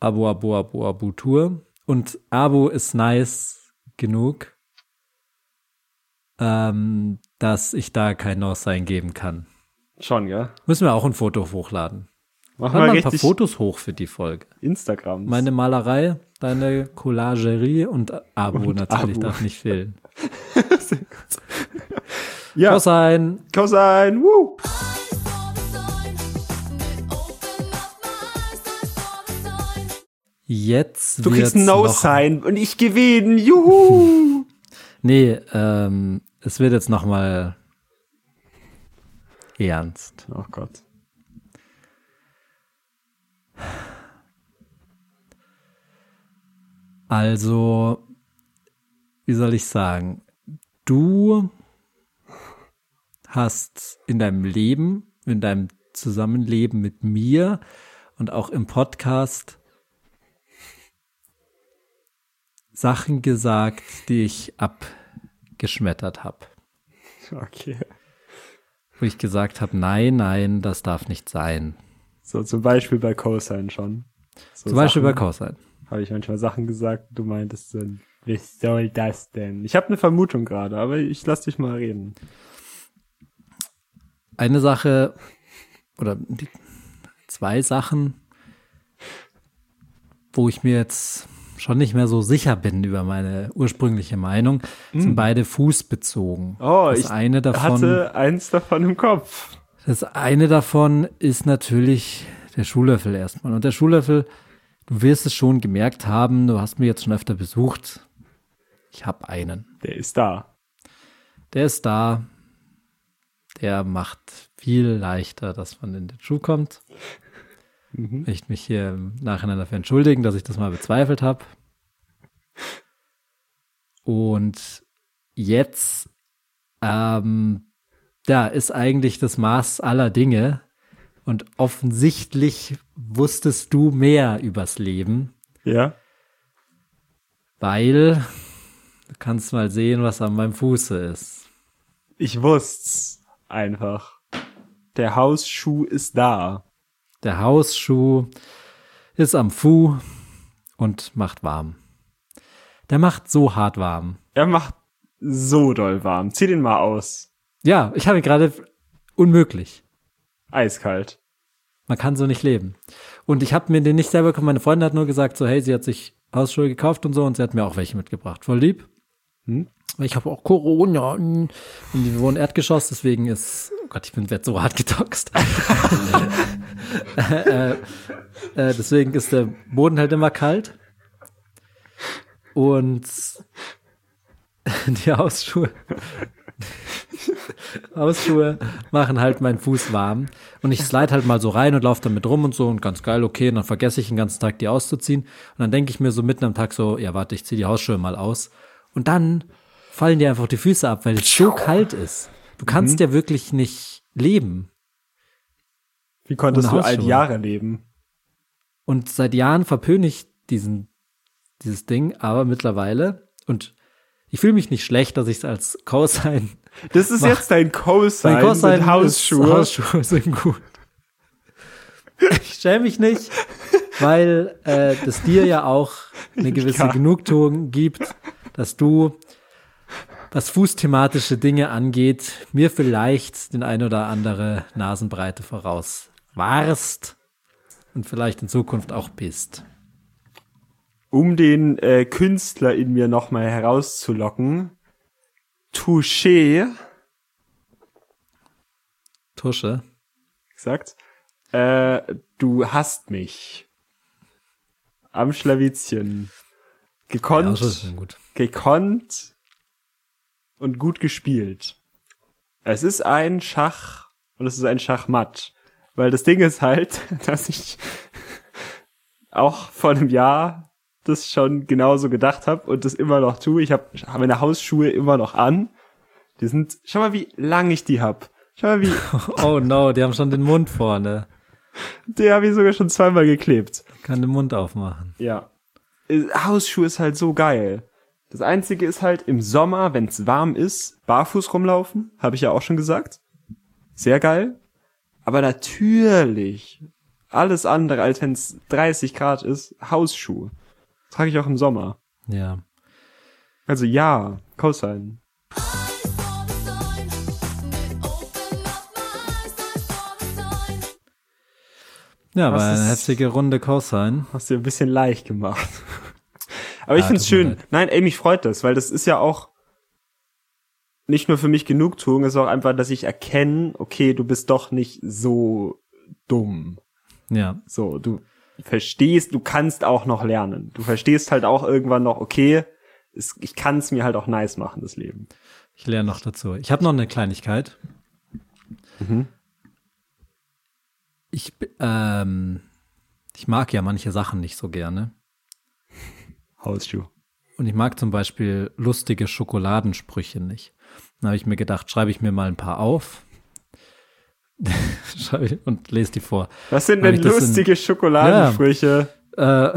Abu, Abu, Abu, Abu Tour. Und Abu ist nice genug, ähm, dass ich da kein No-Sign geben kann.
Schon, ja.
Müssen wir auch ein Foto hochladen.
Mach
Mach mal
mal
ein paar
richtig
Fotos hoch für die Folge.
Instagram.
Meine Malerei, deine Collagerie und Abu natürlich
Abu.
darf nicht fehlen.
ja,
No-Sign.
Cosine, woo!
Jetzt
Du
wird's
kriegst ein
noch
No-Sign und ich gewinne. Juhu!
Nee, ähm, es wird jetzt noch mal ernst.
Oh Gott.
Also, wie soll ich sagen? Du hast in deinem Leben, in deinem Zusammenleben mit mir und auch im Podcast Sachen gesagt, die ich abgeschmettert habe.
Okay.
Wo ich gesagt habe, nein, nein, das darf nicht sein.
So zum Beispiel bei Cosine schon. So
Zum Beispiel bei
Sachen,
Cosine.
Habe ich manchmal Sachen gesagt, du meintest dann, wie soll das denn? Ich habe eine Vermutung gerade, aber ich lass dich mal reden.
eine Sache oder die, zwei Sachen, wo ich mir jetzt schon nicht mehr so sicher bin über meine ursprüngliche Meinung, sind beide fußbezogen.
Mm. Oh,
das
ich
eine davon,
hatte eins davon im Kopf.
das eine davon ist natürlich der Schuhlöffel erstmal. Und der Schuhlöffel, du wirst es schon gemerkt haben, du hast mich jetzt schon öfter besucht. Ich habe einen.
Der ist da.
Der ist da. Der macht viel leichter, dass man in den Schuh kommt. Möchte Ich mich hier im Nachhinein dafür entschuldigen, dass ich das mal bezweifelt habe. Und jetzt, ähm, da ist eigentlich das Maß aller Dinge. Und offensichtlich wusstest du mehr übers Leben
Ja?
weil du kannst mal sehen, was an meinem Fuße ist.
Ich wusste's einfach. Der Hausschuh ist da.
Der Hausschuh ist am Fuß und macht warm. Der macht so hart warm.
Er macht so doll warm. Zieh den mal aus.
Ja, ich habe ihn gerade unmöglich.
Eiskalt.
Man kann so nicht leben. Und ich habe mir den nicht selber gekauft. Meine Freundin hat nur gesagt, so hey, sie hat sich Hausschuhe gekauft und so und sie hat mir auch welche mitgebracht. Voll lieb. Weil ich habe auch Corona. mm. Und wir wohnen Erdgeschoss, deswegen ist, oh Gott, ich bin werd so hart getoxt. äh, äh, deswegen ist der Boden halt immer kalt. Und die Hausschuhe, Hausschuhe machen halt meinen Fuß warm. Und ich slide halt mal so rein und laufe damit rum und so und ganz geil, okay. Und dann vergesse ich den ganzen Tag, die auszuziehen. Und dann denke ich mir so mitten am Tag so, ja, warte, ich ziehe die Hausschuhe mal aus. Und dann fallen dir einfach die Füße ab, weil es so kalt ist. Du kannst ja wirklich nicht leben.
Wie konntest
Ohne
du all die
Hausschuhe.
Jahre leben?
Und seit Jahren verpöne ich diesen, dieses Ding, aber mittlerweile und ich fühle mich nicht schlecht, dass ich es als Cosign.
Das ist jetzt dein
Mein
Cosign
Cosign
mit
ist-
Hausschuhe.
Hausschuhe sind gut. Ich schäme mich nicht, weil äh, das dir ja auch eine gewisse
Ja.
Genugtuung gibt, dass du, was fußthematische Dinge angeht, mir vielleicht den ein oder andere Nasenbreite voraus warst und vielleicht in Zukunft auch bist.
um den äh, Künstler in mir nochmal herauszulocken. Touché,
Tusche.
gesagt, äh, du hast mich. Am Schlawittchen.
Ja, also das
Gekonnt,
ist schon gut.
gekonnt und gut gespielt. Es ist ein Schach und es ist ein Schachmatt. Weil das Ding ist halt, dass ich auch vor einem Jahr das schon genauso gedacht habe und das immer noch tue. Ich habe meine Hausschuhe immer noch an. Die sind, schau mal, wie lang ich die hab. Schau mal, wie,
Oh no, die haben schon den Mund vorne.
die habe ich sogar schon zweimal geklebt.
Kann den Mund aufmachen.
Ja. Äh, Hausschuhe ist halt so geil. Das einzige ist halt im Sommer, wenn es warm ist, barfuß rumlaufen, habe ich ja auch schon gesagt. Sehr geil. Aber natürlich alles andere, als wenn es 30 Grad ist, Hausschuhe. Trage ich auch im Sommer.
Ja.
Also ja, Cosine.
Ja,
Was
war eine
ist-
heftige Runde Cosine.
Hast dir ein bisschen leicht gemacht. Aber ich
Ah,
find's
tut mir
schön.
leid.
Nein, ey, mich freut das, weil das ist ja auch nicht nur für mich Genugtuung, es ist auch einfach, dass ich erkenne, okay, du bist doch nicht so dumm.
Ja.
So, du verstehst, du kannst auch noch lernen. Du verstehst halt auch irgendwann noch, okay, es, ich kann's mir halt auch nice machen, das Leben.
Ich lerne noch dazu. Ich habe noch eine Kleinigkeit. Ich, b- ähm, ich mag ja manche Sachen nicht so gerne.
Hausschuh.
Und ich mag zum Beispiel lustige Schokoladensprüche nicht. Dann habe ich mir gedacht, schreibe ich mir mal ein paar auf Schreibe ich- und lese die vor.
Was sind
Weil
denn
ich das in-
lustige Schokoladensprüche?
Äh,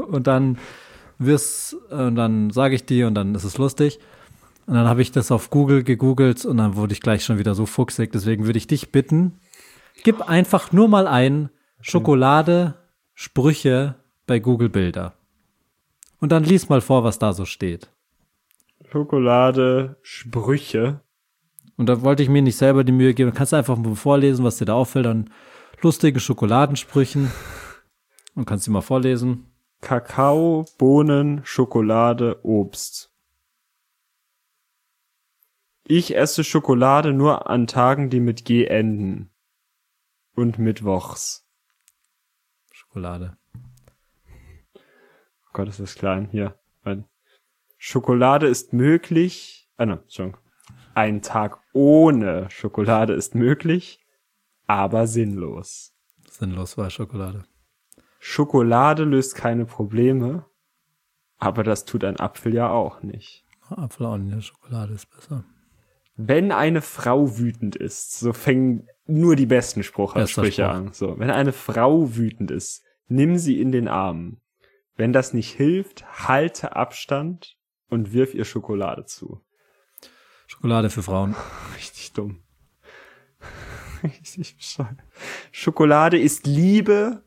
und dann wirst, äh, und dann sage ich die und dann ist es lustig. Und dann habe ich das auf Google gegoogelt und dann wurde ich gleich schon wieder so fuchsig. Deswegen würde ich dich bitten, gib einfach nur mal ein Schokolade Sprüche bei Google Bilder. Und dann lies mal vor, was da so steht.
Schokolade, Sprüche.
Und da wollte ich mir nicht selber die Mühe geben. Kannst einfach mal vorlesen, was dir da auffällt an lustigen Schokoladensprüchen. Und kannst die mal vorlesen.
Kakao, Bohnen, Schokolade, Obst. Ich esse Schokolade nur an Tagen, die mit G enden. Und mittwochs.
Schokolade.
Oh Gott, ist das klein. Hier. Mein. Schokolade ist möglich. Ah, ne, Entschuldigung. Ein Tag ohne Schokolade ist möglich, aber sinnlos.
Sinnlos war Schokolade.
Schokolade löst keine Probleme, aber das tut ein Apfel ja auch nicht.
Ah, Apfel auch nicht, Schokolade ist besser.
Wenn eine Frau wütend ist, so fängen nur die besten Spruche,
Bester
Sprüche
Spruch.
an. So, wenn eine Frau wütend ist, nimm sie in den Arm. Wenn das nicht hilft, halte Abstand und wirf ihr Schokolade zu.
Schokolade für Frauen.
Richtig dumm. Richtig bescheuert. Schokolade ist Liebe,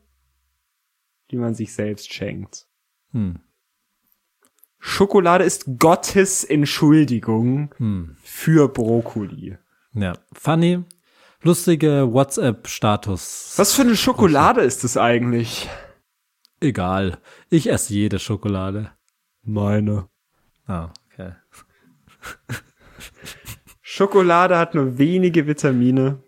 die man sich selbst schenkt.
Hm.
Schokolade ist Gottes Entschuldigung für Brokkoli.
Ja, funny. Lustige WhatsApp-Status.
Was für eine Schokolade ist das eigentlich?
Egal. Ich esse jede Schokolade.
Meine.
Ah, okay.
Schokolade hat nur wenige Vitamine.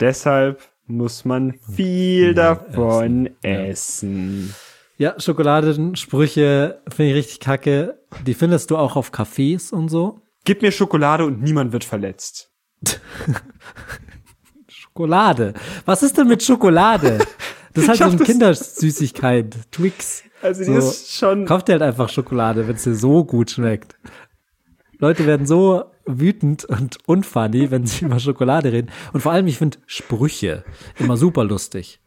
Deshalb muss man viel davon essen.
Ja, Schokoladensprüche finde ich richtig kacke. Die findest du auch auf Cafés und so.
Gib mir Schokolade und niemand wird verletzt.
Schokolade. Was ist denn mit Schokolade? Das ist halt so
Ich hab
eine
das-
Kindersüßigkeit. Twix.
Also die
so.
ist schon-
Kauft ihr halt einfach Schokolade, wenn es dir so gut schmeckt. Leute werden so wütend und unfunny, wenn sie über Schokolade reden. Und vor allem, ich finde Sprüche immer super lustig.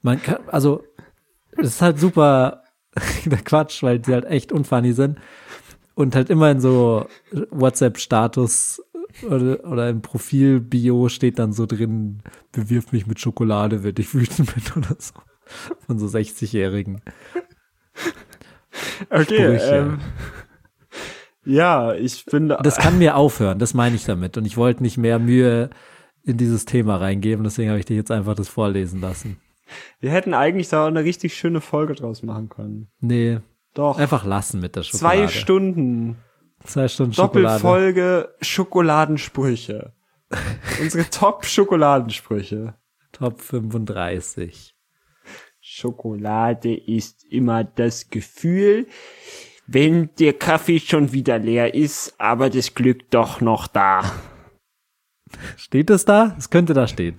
Man kann, also, es ist halt super der Quatsch, weil sie halt echt unfunny sind. Und halt immer in so WhatsApp-Status oder, oder im Profil-Bio steht dann so drin, bewirf mich mit Schokolade, wenn ich wütend bin oder so. Von so 60-Jährigen.
Okay.
Sprüche.
Ähm, ja, ich finde.
Das kann mir aufhören, das meine ich damit. Und ich wollte nicht mehr Mühe in dieses Thema reingeben, deswegen habe ich dir jetzt einfach das vorlesen lassen.
wir hätten eigentlich da eine richtig schöne Folge draus machen können.
Nee,
Doch.
einfach lassen mit der Schokolade.
Zwei Stunden.
Zwei Stunden Schokolade.
Doppelfolge Schokoladensprüche. Unsere Top-Schokoladensprüche.
Top 35.
Schokolade ist immer das Gefühl, wenn der Kaffee schon wieder leer ist, aber das Glück doch noch da.
Steht es da? Es könnte da stehen.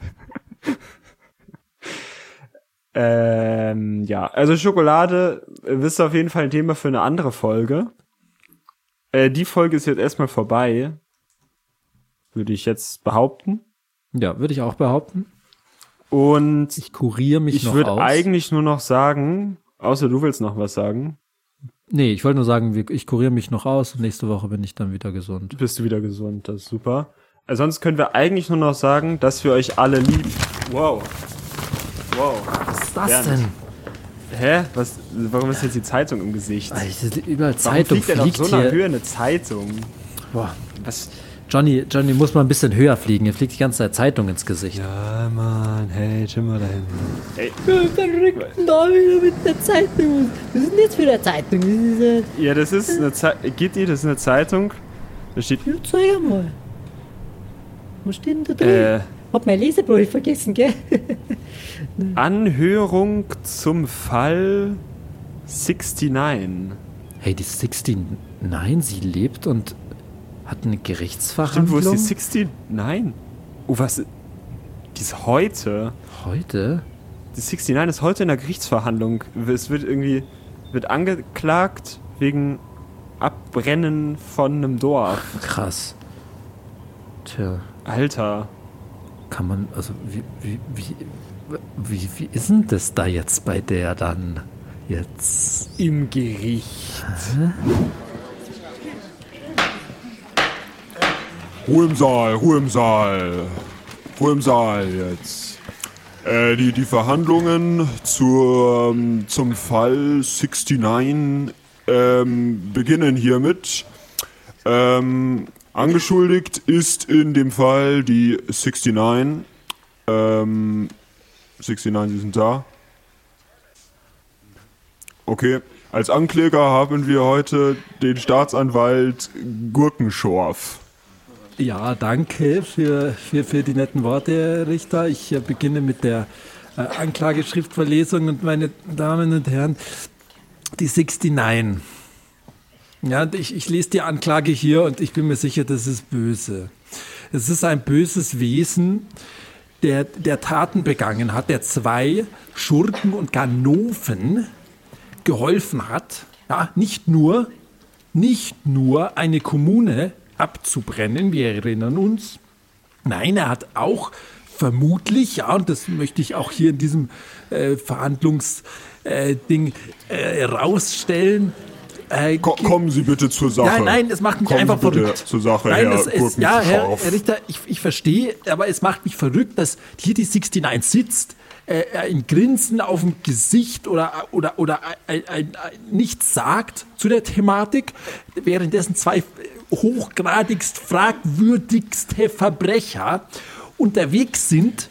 Ähm, ja, also Schokolade äh, ist auf jeden Fall ein Thema für eine andere Folge. Äh, die Folge ist jetzt erstmal vorbei. Würde ich jetzt behaupten.
Ja, würde ich auch behaupten.
Und
Ich kuriere mich
ich
noch
würde
aus.
eigentlich nur noch sagen, außer du willst noch was sagen,
nee, ich wollte nur sagen, wir- ich kuriere mich noch aus und nächste Woche bin ich dann wieder gesund.
bist du wieder gesund, das ist super. Äh, Sonst können wir eigentlich nur noch sagen, dass wir euch alle lieben. Wow. Wow.
Was ist das
Bernd. denn? Hä? Was, warum ist jetzt die Zeitung im Gesicht?
Alter, überall
warum
Zeitung
fliegt denn auf
fliegt,
so einer
hier.
Höhe eine Zeitung?
Boah.
Was,
Johnny, Johnny muss mal ein bisschen höher fliegen. Hier fliegt die ganze Zeit Zeitung ins Gesicht.
Ja, Mann, hey, chill mal dahin. Ey,
verrückten Dame mit der Zeitung. Was ist denn jetzt für eine Zeitung? Das ist äh,
ja, das ist eine Zeitung. Geht ihr, das ist eine Zeitung. Da steht.
ja, zeig mal. Was steht denn da drin?
Äh,
Hab mein Lesebrille vergessen, gell?
Anhörung zum Fall 69.
Hey, die 16. Nein, sie lebt und hat eine Gerichtsverhandlung.
Stimmt, wo ist die 69? Oh, was? Die ist heute.
Heute?
Die 69 ist heute in der Gerichtsverhandlung. Es wird irgendwie. wird angeklagt wegen Abbrennen von einem Dorf.
Krass. Tja,
Alter.
kann man, also wie, wie, wie, wie, wie ist denn das da jetzt bei der dann? Jetzt.
Im Gericht.
Ruhe im Saal, Ruhe im Saal. Ruhe im Saal jetzt. Äh, die, die Verhandlungen zur, ähm, zum Fall 69 ähm, beginnen hiermit. Ähm, angeschuldigt ist in dem Fall die 69. Ähm, 69, Sie sind da. Okay. Als Ankläger haben wir heute den Staatsanwalt Gurkenschorf.
Ja, danke für, für, für die netten Worte, Herr Richter. Ich äh, beginne mit der äh, Anklageschriftverlesung und meine Damen und Herren, die 69. Ja, und ich, ich lese die Anklage hier und ich bin mir sicher, das ist böse. Es ist ein böses Wesen, der, der Taten begangen hat, der zwei Schurken und Ganoven geholfen hat, ja, nicht nur, nicht nur eine Kommune abzubrennen, wir erinnern uns, nein, er hat auch vermutlich, ja, und das möchte ich auch hier in diesem äh, Verhandlungsding äh, Ding, äh, rausstellen, äh,
Ko
ge-
kommen Sie bitte zur Sache.
Nein, nein, es macht mich
kommen
einfach
Sie bitte
verrückt.
Zur Sache,
nein,
Herr
es ist, ja, Herr,
Gurkenschorf.
Herr Richter, ich, ich verstehe, aber es macht mich verrückt, dass hier die 69 sitzt, äh, ein Grinsen auf dem Gesicht oder, oder, oder ein, ein, ein, nichts sagt zu der Thematik, währenddessen zwei hochgradigst fragwürdigste Verbrecher unterwegs sind,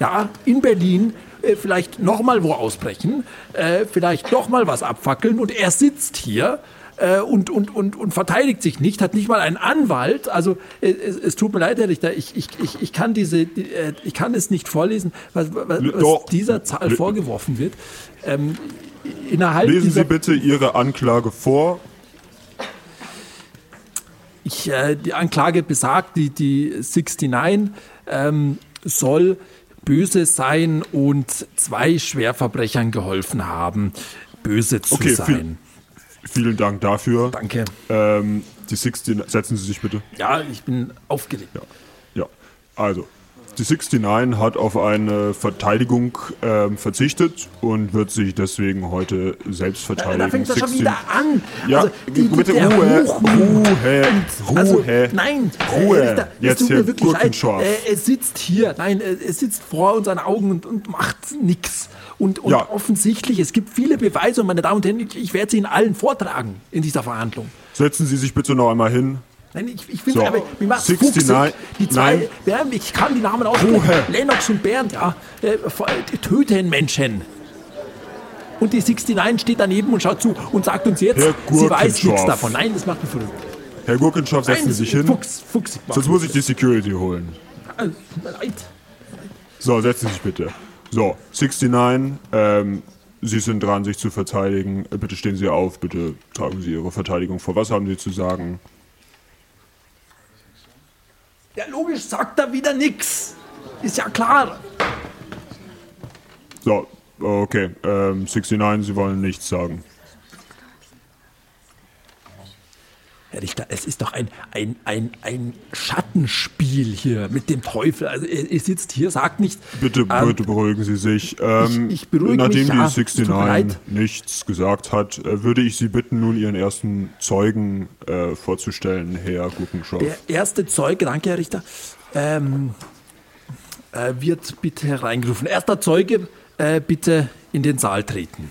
ja, in Berlin, äh, vielleicht nochmal wo ausbrechen, äh, vielleicht doch mal was abfackeln und er sitzt hier äh, und, und, und, und verteidigt sich nicht, hat nicht mal einen Anwalt. Also äh, es, es tut mir leid, Herr Richter, ich, ich, ich, ich kann diese, die, äh, ich kann es nicht vorlesen, was, was, was
doch.
dieser Zahl
Le-
vorgeworfen wird. Ähm, innerhalb
Lesen
dieser
Sie bitte Ihre Anklage vor.
Ich, äh, die Anklage besagt, die, die 69 ähm, soll böse sein und zwei Schwerverbrechern geholfen haben, böse zu
Okay,
sein.
Vielen Dank dafür.
Danke.
Ähm, die 16, setzen Sie sich bitte.
Ja, ich bin aufgeregt.
Ja, also. Die 69 hat auf eine Verteidigung ähm, verzichtet und wird sich deswegen heute selbst verteidigen.
Da fängt er schon
16
wieder an.
Ja,
Also, die, die,
bitte
der
Ruhe,
Hochmut
Ruhe,
und- Also,
Ruhe,
nein,
Ruhe.
Äh, Richter, es
Jetzt
tut mir
hier
wirklich leid.
Gurkenscharf.
Äh, es sitzt hier, nein, äh, es sitzt vor unseren Augen und, und macht nichts. Und, und
Ja.
offensichtlich, es gibt viele Beweise und meine Damen und Herren, ich, ich werde sie Ihnen allen vortragen in dieser Verhandlung.
Setzen Sie sich bitte noch einmal hin.
Nein, ich, ich will
So.
aber, mir macht's
69,
fuchsig. Die zwei,
nein.
wer, ich kann die Namen aussprechen.
Ruhe.
Lennox und Bernd, ja, äh, vor- die töten Menschen. Und die 69 steht daneben und schaut zu und sagt uns jetzt,
Herr
sie weiß nichts
Gurkenscharf.
davon. Nein, das macht mich verrückt.
Herr Gurkenscharf, setzen
Nein,
Sie sich hin.
Fuchs, fuchsig
Sonst muss ich die Security holen.
Ah, tut mir leid.
So, setzen Sie sich bitte. So, 69, ähm, Sie sind dran, sich zu verteidigen. Äh, Bitte stehen Sie auf, bitte tragen Sie Ihre Verteidigung vor. Was haben Sie zu sagen?
Ja, logisch sagt er wieder nix. Ist ja klar.
So, okay, ähm, 69, Sie wollen nichts sagen.
Herr Richter, es ist doch ein, ein, ein, ein Schattenspiel hier mit dem Teufel. Also, ihr, ihr sitzt hier, sagt nicht.
Bitte,
ähm,
bitte beruhigen Sie sich. Ähm,
ich beruhige
nachdem
mich,
die
ja. Es tut mir
69
leid.
nichts gesagt hat, äh, würde ich Sie bitten, nun Ihren ersten Zeugen äh, vorzustellen, Herr Gurkenschopf.
Der erste Zeuge, danke, Herr Richter, ähm, äh, wird bitte hereingerufen. Erster Zeuge, äh, bitte in den Saal treten.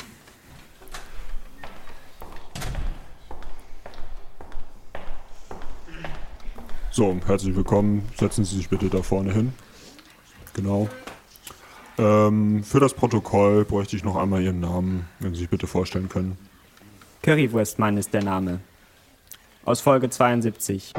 So, herzlich willkommen. Setzen Sie sich bitte da vorne hin. Genau. Ähm, für das Protokoll bräuchte ich noch einmal Ihren Namen, wenn Sie sich bitte vorstellen können.
Currywurstmann ist der Name. Aus Folge 72.